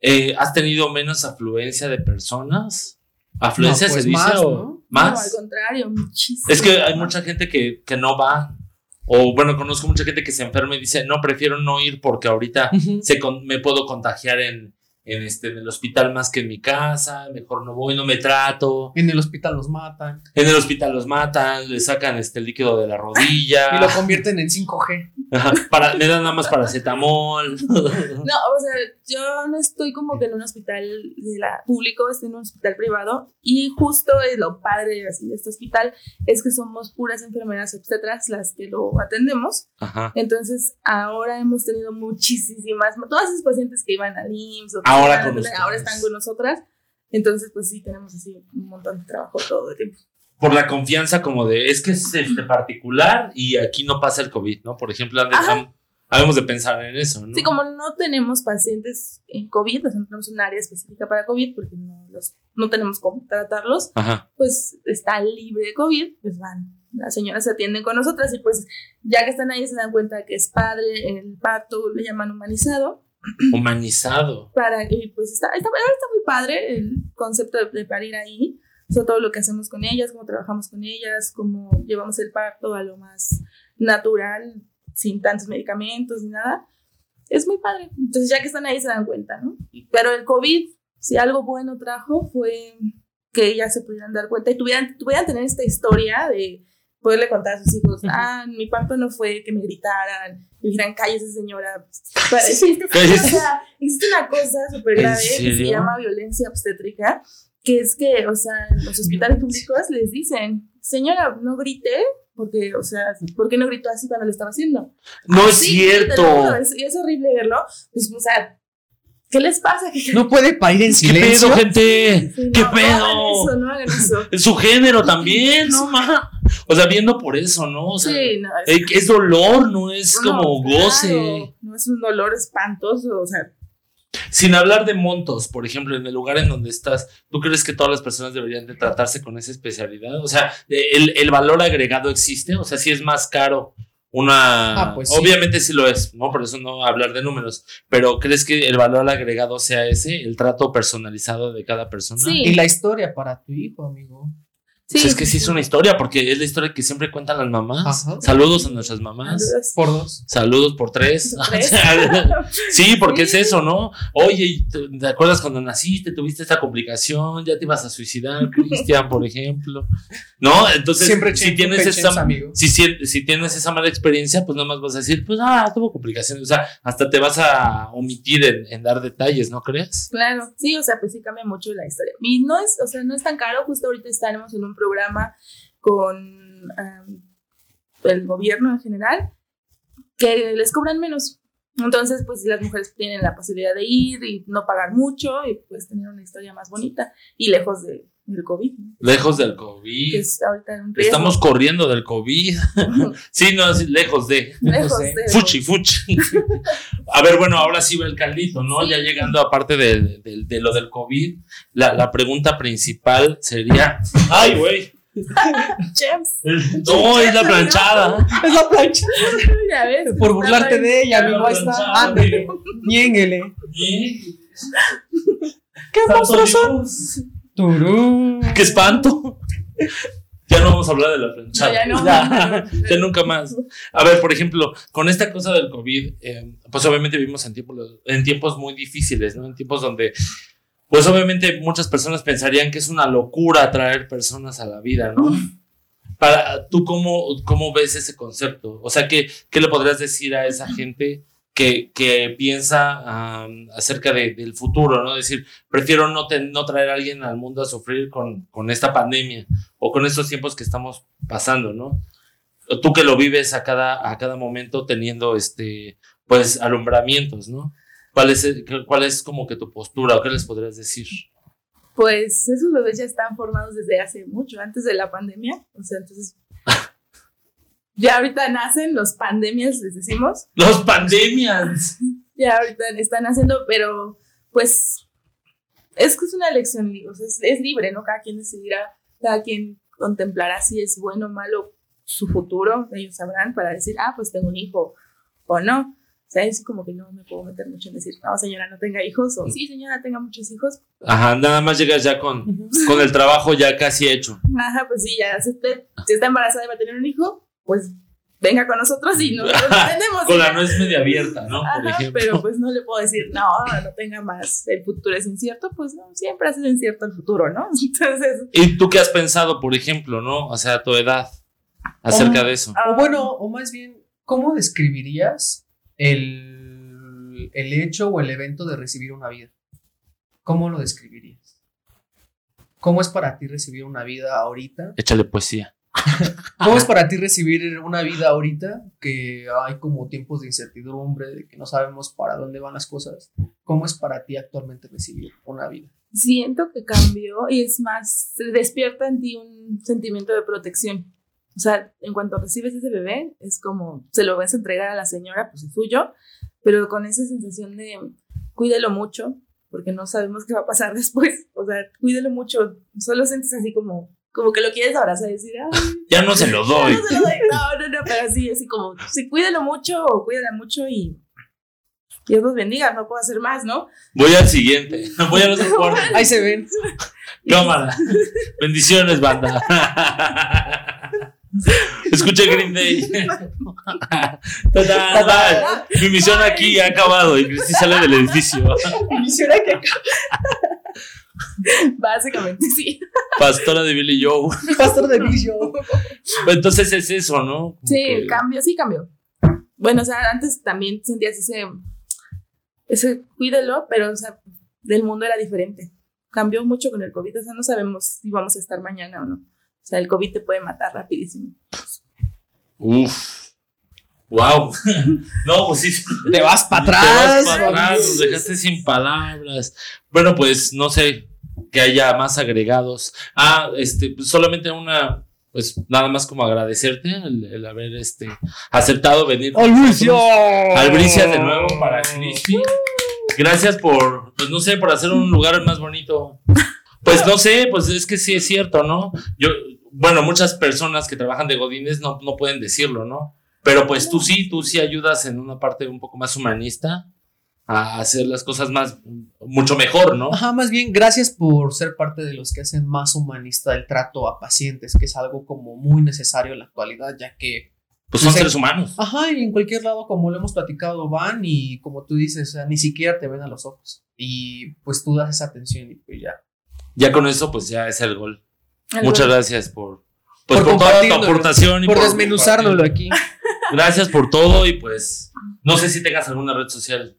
eh, ¿has tenido menos afluencia de personas? ¿Afluencia No, pues se dice más, o ¿no? No, al más? contrario, muchísimo. es que hay mucha gente que, que no va. O bueno, conozco mucha gente que se enferma y dice, no, prefiero no ir porque ahorita se con- me puedo contagiar en, en, este, en el hospital más que en mi casa, mejor no voy, no me trato, En el hospital los matan en el hospital los matan, le sacan este líquido de la rodilla, *laughs* y lo convierten en 5G. Ajá, para, le dan nada más *laughs* paracetamol. No, o sea, yo no estoy como que en un hospital de la- público, estoy en un hospital privado y justo es lo padre así, de este hospital es que somos puras enfermeras obstetras las que lo atendemos. Ajá. Entonces, ahora hemos tenido muchísimas, todas esas pacientes que iban al IMSS, o que Ahora iban a con tener, ahora ustedes. están con nosotras. Entonces, pues sí, tenemos así un montón de trabajo todo el tiempo. Por la confianza como de, es que es este particular y aquí no pasa el COVID, ¿no? Por ejemplo, han de- Ajá. han- habemos de pensar en eso, ¿no? Sí, como no tenemos pacientes en COVID, o sea, no tenemos un área específica para COVID porque no, los, no tenemos cómo tratarlos, *clears throat* Ajá. pues está libre de COVID, pues van. Las señoras se atienden con nosotras y pues ya que están ahí se dan cuenta que es padre, el parto le llaman humanizado. Humanizado. para y pues está, está, la verdad está muy padre el concepto de, de parir ahí, o sea, todo lo que hacemos con ellas, cómo trabajamos con ellas, cómo llevamos el parto a lo más natural, sin tantos medicamentos ni nada. Es muy padre. Entonces, ya que están ahí, se dan cuenta, ¿no? Y- Pero el COVID, si algo bueno trajo, fue que ellas se pudieran dar cuenta y tuvieran, tuvieran tener esta historia de poderle contar a sus hijos, Ujú. ah, mi parto no fue que me gritaran, me dijeran, cállese señora. pues, Pero, o Cállese. sea, existe una cosa súper Pues, ¿En grave que se serio? llama violencia obstétrica, que es que, o sea, en los hospitales públicos les dicen, señora, no grite, porque, o sea, ¿por qué no gritó así cuando lo estaba haciendo? No es Ah, Sí, te lo cierto. juro, es, es horrible verlo. Pues, o sea, ¿qué les pasa? ¿Qué, No puede parir en ¿Qué pedo, silencio. gente? sí, no, ¿Qué no hagan eso, pedo? no hagan eso. Su género también, no ma. O sea, viendo por eso, ¿no? *laughs* O sea, Sí, no, es- eh, es dolor, no es no, como claro, goce. no es un dolor espantoso, o sea, Sin hablar de montos, por ejemplo, en el lugar en donde estás, ¿tú crees que todas las personas deberían de tratarse con esa especialidad? O sea, el, el valor agregado existe, o sea, si es más caro una... Ah, pues sí. Obviamente sí lo es, ¿no? Por eso no hablar de números, pero ¿crees que el valor agregado sea ese, el trato personalizado de cada persona? Sí. Y la historia para tu hijo, amigo. Pues es que sí es una historia, porque es la historia que siempre cuentan las mamás. Ajá. Saludos a nuestras mamás. Por dos. Saludos por tres. *laughs* Tres. sí, porque Sí. es eso, ¿no? Oye, ¿y te, te acuerdas cuando naciste? Tuviste esta complicación, ya te ibas a suicidar, Cristian, por ejemplo. ¿No? Entonces, Siempre si chin- tienes siempre chins, esa... *laughs* amigo. Si, si- si tienes esa mala experiencia, pues nada más vas a decir, pues, ah, tuvo complicaciones. O sea, hasta te vas a omitir en, en dar detalles, ¿no crees? Claro, sí, o sea, pues sí cambia mucho la historia. Y no es, o sea, no es tan caro, justo ahorita estaremos en un programa con am, el gobierno en general, que les cobran menos. Entonces, pues las mujeres tienen la posibilidad de ir y no pagar mucho y pues tener una historia más bonita y lejos de- del COVID, ¿no? Lejos del que COVID. es ahorita un riesgo. Estamos corriendo del COVID. *laughs* sí, no, sí, lejos de... *laughs* lejos no sé. de... Fuchi, fuchi. A ver, bueno, ahora sí va el caldito, ¿no? Sí. Ya llegando aparte de, de- de lo del COVID, la, la pregunta principal sería. ¡Ay, güey! Chefs. No, es la planchada. Es la plancha. *laughs* Ya ves, Por está burlarte bien. de ella, Ya amigo. lo Ahí está. plancharon. Ándele. Niénguele. ¿Qué monstruos son? ¿Qué? Turú. ¡Qué espanto! Ya no vamos a hablar de la planchada. No, ya no. *laughs* Ya, *laughs* ya nunca más. A ver, por ejemplo, con esta cosa del COVID, eh, pues obviamente vivimos en tiempos, en tiempos muy difíciles, ¿no? En tiempos donde, pues obviamente muchas personas pensarían que es una locura traer personas a la vida, ¿no? Para, ¿Tú cómo, cómo ves ese concepto? O sea, ¿qué, qué le podrías decir a esa gente que, que piensa am, acerca de- del futuro, ¿no? Decir, prefiero no, ten- no traer a alguien al mundo a sufrir con, con esta pandemia o con estos tiempos que estamos pasando, ¿no? Tú que lo vives a cada, a cada momento teniendo, este, pues, alumbramientos, ¿no? ¿Cuál es, el- ¿Cuál es como que tu postura o qué les podrías decir? Pues esos bebés ya están formados desde hace mucho, antes de la pandemia. O sea, entonces. ya ahorita nacen los pandemias, les decimos. Los pandemias. Ya ahorita están haciendo, pero pues. Es que es una elección, li- o sea, es, es libre, ¿no? Cada quien decidirá, cada quien contemplará si es bueno o malo su futuro. Ellos sabrán para decir, ah, pues tengo un hijo o no. O sea, es como que no me puedo meter mucho en decir, no, señora, no tenga hijos, o sí, señora, tenga muchos hijos. Ajá, nada más llegas ya con, con el trabajo ya casi hecho. Ajá, pues sí, ya. Si, usted, si está embarazada y va a tener un hijo, pues venga con nosotros y nosotros *laughs* lo atendemos. Con la nuez media abierta, ¿no? Por Ajá, ejemplo. pero pues no le puedo decir, no, no tenga más, el futuro es incierto, pues no, siempre es incierto el futuro, ¿no? *laughs* Entonces, ¿Y tú qué has pensado, por ejemplo, no? O sea, a tu edad, acerca Hombre. de eso. ah, O bueno, o más bien, ¿cómo describirías el, el hecho o el evento de recibir una vida? ¿Cómo lo describirías? ¿Cómo es para ti recibir una vida ahorita? Échale poesía. ¿Cómo es para ti recibir una vida ahorita que hay como tiempos de incertidumbre, de que no sabemos para dónde van las cosas? ¿Cómo es para ti actualmente recibir una vida? siento que cambió y es más, se despierta en ti un sentimiento de protección. O sea, en cuanto recibes ese bebé, es como, se lo vas a entregar a la señora, pues es suyo, pero con esa sensación de cuídelo mucho, porque no sabemos qué va a pasar *laughs* después. O sea, cuídelo mucho, solo sientes así como, como que lo quieres abrazar y decir, ay, Ya no se *laughs* lo doy. no, se lo doy. no, no, no, pero sí, así como, sí, cuídelo mucho o cuídela mucho y Dios los bendiga, no puedo hacer más, ¿no? Voy al siguiente. *laughs* Voy a los deportes. Ahí se ven. *laughs* *laughs* Cámara. Bendiciones, *laughs* banda. Escucha Green Day. Ta-da, bye. Mi misión Bye. aquí ha acabado y Cristi sale del edificio. Quisiera que *laughs* Básicamente sí. Pastora de Billy Joe. pastor de vicio. Entonces es eso, ¿no? Como Sí, que- cambio, sí cambió. Bueno, o sea, antes también sentías ese, ese cuídelo, pero o sea, del mundo era diferente. Cambió mucho con el COVID, o sea, no sabemos si vamos a estar mañana o no. O sea, el COVID te puede matar rapidísimo. Uf. Wow. *laughs* No, pues sí. Te vas para Te vas atrás. para atrás, nos dejaste sin palabras. Bueno, pues no sé que haya más agregados. Ah, este, pues, solamente una, pues nada más como agradecerte el, el haber este, aceptado venir. con nosotros. Albricias Oh. de nuevo para Cristi. Gracias por, pues no sé, por hacer un lugar más bonito. Pues no sé, pues es que sí es cierto, ¿no? Yo, bueno, muchas personas que trabajan de Godines no, no pueden decirlo, ¿no? Pero pues tú sí, tú sí ayudas en una parte un poco más humanista a hacer las cosas más, mucho mejor, ¿no? Ajá, más bien, gracias por ser parte de los que hacen más humanista el trato a pacientes, que es algo como muy necesario en la actualidad, ya que Pues son Sí. seres humanos. Ajá, y en cualquier lado, como lo hemos platicado, van y como tú dices, o sea, ni siquiera te ven a los ojos. Y pues tú das esa atención y pues ya. Ya con eso, pues ya es el gol. Algo- Muchas gracias por, pues, por Por toda tu compartirnos, aportación. y Por desmenuzárnoslo aquí. Gracias por todo y pues no sé si tengas alguna red social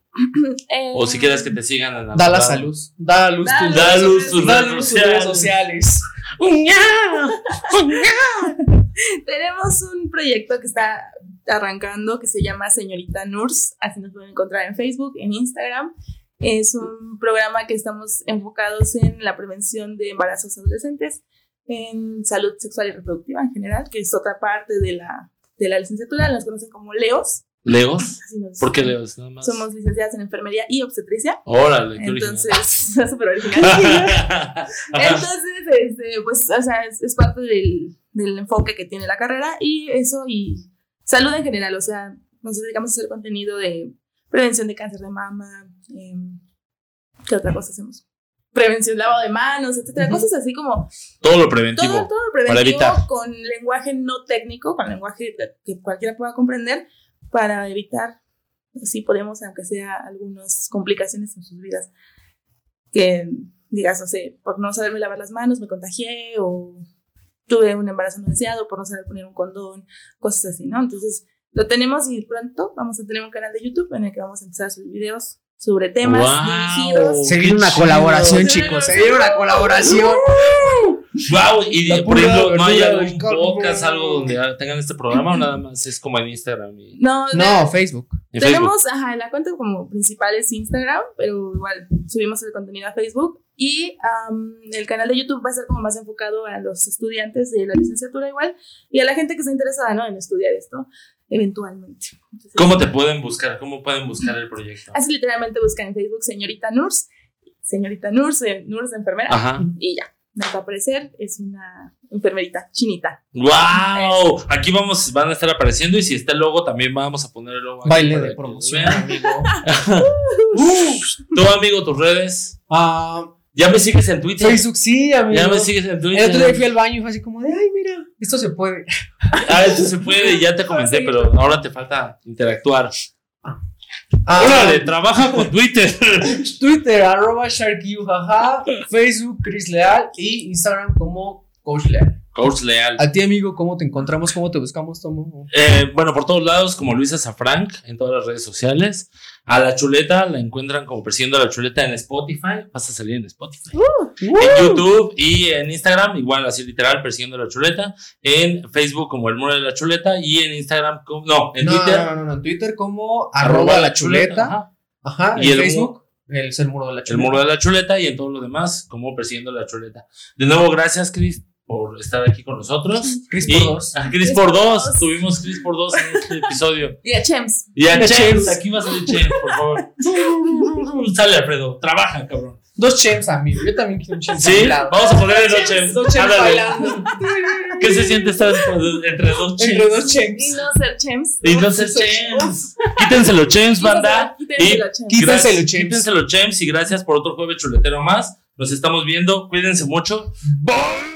Eh, o si quieres que te sigan en Da algún la lado. salud. Da luz Da tus luz Da tus luz redes- tus da redes luz tus redes sociales. sociales. Tenemos un proyecto que está arrancando que se llama Señorita Nurse. Así nos pueden encontrar en Facebook, en Instagram. Es un programa que estamos enfocados en la prevención de embarazos adolescentes, en salud sexual y reproductiva en general, que es otra parte de la, de la licenciatura. Nos conocen como Leos. ¿Leos? Así nos- ¿Por qué Leos? Nada más. Somos licenciadas en enfermería y obstetricia. Órale, qué Entonces, *laughs* original. está súper *laughs* original. Entonces, este, pues, o sea, es, es parte del, del enfoque que tiene la carrera y eso y salud en general, o sea, nos dedicamos a hacer contenido de prevención de cáncer de mama, em, ¿qué otra cosa hacemos? Prevención, lavado de manos, etcétera, Ujú. cosas así como Todo lo todo, preventivo. todo lo para evitar. preventivo con lenguaje no técnico, con lenguaje que cualquiera pueda comprender para evitar, si podemos, aunque sea algunas complicaciones en sus vidas. Que digas, no sé, por no saberme lavar las manos me contagié o tuve un embarazo no deseado por no saber poner un condón, cosas así, ¿no? Entonces, lo tenemos y pronto vamos a tener un canal de YouTube en el que vamos a empezar a subir videos sobre temas Guau. dirigidos. Se viene una colaboración, chido. chicos. ¿eh? Se viene una colaboración. Wow, y La por pura ejemplo, ¿no hay verdura algún del campo. podcast, algo donde tengan este programa o nada más es como en Instagram y No, No, Facebook. en Facebook? Tenemos, ajá, la cuenta como principal es Instagram, pero igual subimos el contenido a Facebook y am, el canal de YouTube va a ser como más enfocado a los estudiantes de la licenciatura igual y a la gente que está interesada, ¿no? En estudiar esto eventualmente. Entonces, ¿Cómo te pueden buscar? ¿Cómo pueden buscar el proyecto? Así literalmente buscan en Facebook señorita Nurs, señorita Nurs, eh, Nurs de enfermera Ajá. y ya. Nos va a aparecer, es una enfermerita chinita. ¡Wow! Aquí vamos, van a estar apareciendo y si está el logo también vamos a poner el logo. aquí Baile para de que promoción, vean. amigo. *laughs* Tú, amigo, tus redes. Ah, Ya me sigues en Twitter. Facebook sí, amigo. Eh, Ya me sigues en ¿eh? El otro día fui Twitter. al baño y fue así como de, ay, mira, esto se puede. Ah, eso se puede, ya te comenté, pero ahora te falta interactuar. Ah, Órale, trabaja con Twitter. *laughs* Twitter, arroba SharkU, jaja. Facebook, Chris Leal. Y Instagram como Coach Leal. Coach Leal. A ti, amigo, ¿cómo te encontramos? ¿Cómo te buscamos, Tomo? Eh, bueno, por todos lados, como Luisa Safranc, en todas las redes sociales. A la chuleta la encuentran como persiguiendo a la chuleta en Spotify. Vas a salir en Spotify. En YouTube y en Instagram, igual así literal, persiguiendo a la chuleta. En Facebook como el muro de la chuleta. Y en Instagram, como, no, en no, Twitter. No, no, no, en Twitter como arroba la chuleta. ajá, Ajá. Y Y el en Facebook, el, es el muro de la el chuleta. muro de la chuleta y en todo lo demás, como persiguiendo la chuleta. De nuevo, gracias, Cris, por estar aquí con nosotros. Chris Y- por dos. ah, Cris Cris por por dos. dos. Tuvimos Cris por dos en este episodio. Y a Chems. Y a Una Chems, Chems. aquí va a salir Chems, por *laughs* favor. Sale Alfredo, trabaja, cabrón. Dos chems, amigo. Yo también quiero un chem. a Sí, mi lado. vamos a ponerle Dos dos chems, Chems. dos chems Ándale. bailando. ¿Qué se siente estar entre dos Entre Chems? dos Y chems. no ser Chems. Y no ser Chems. Quítenselo, Chems, banda. Quítense Y- la Chems. Quítenselo, Gracias- Chems. Quítenselo, Chems, y gracias por otro jueves chuletero más. Nos estamos viendo, cuídense mucho. Bye.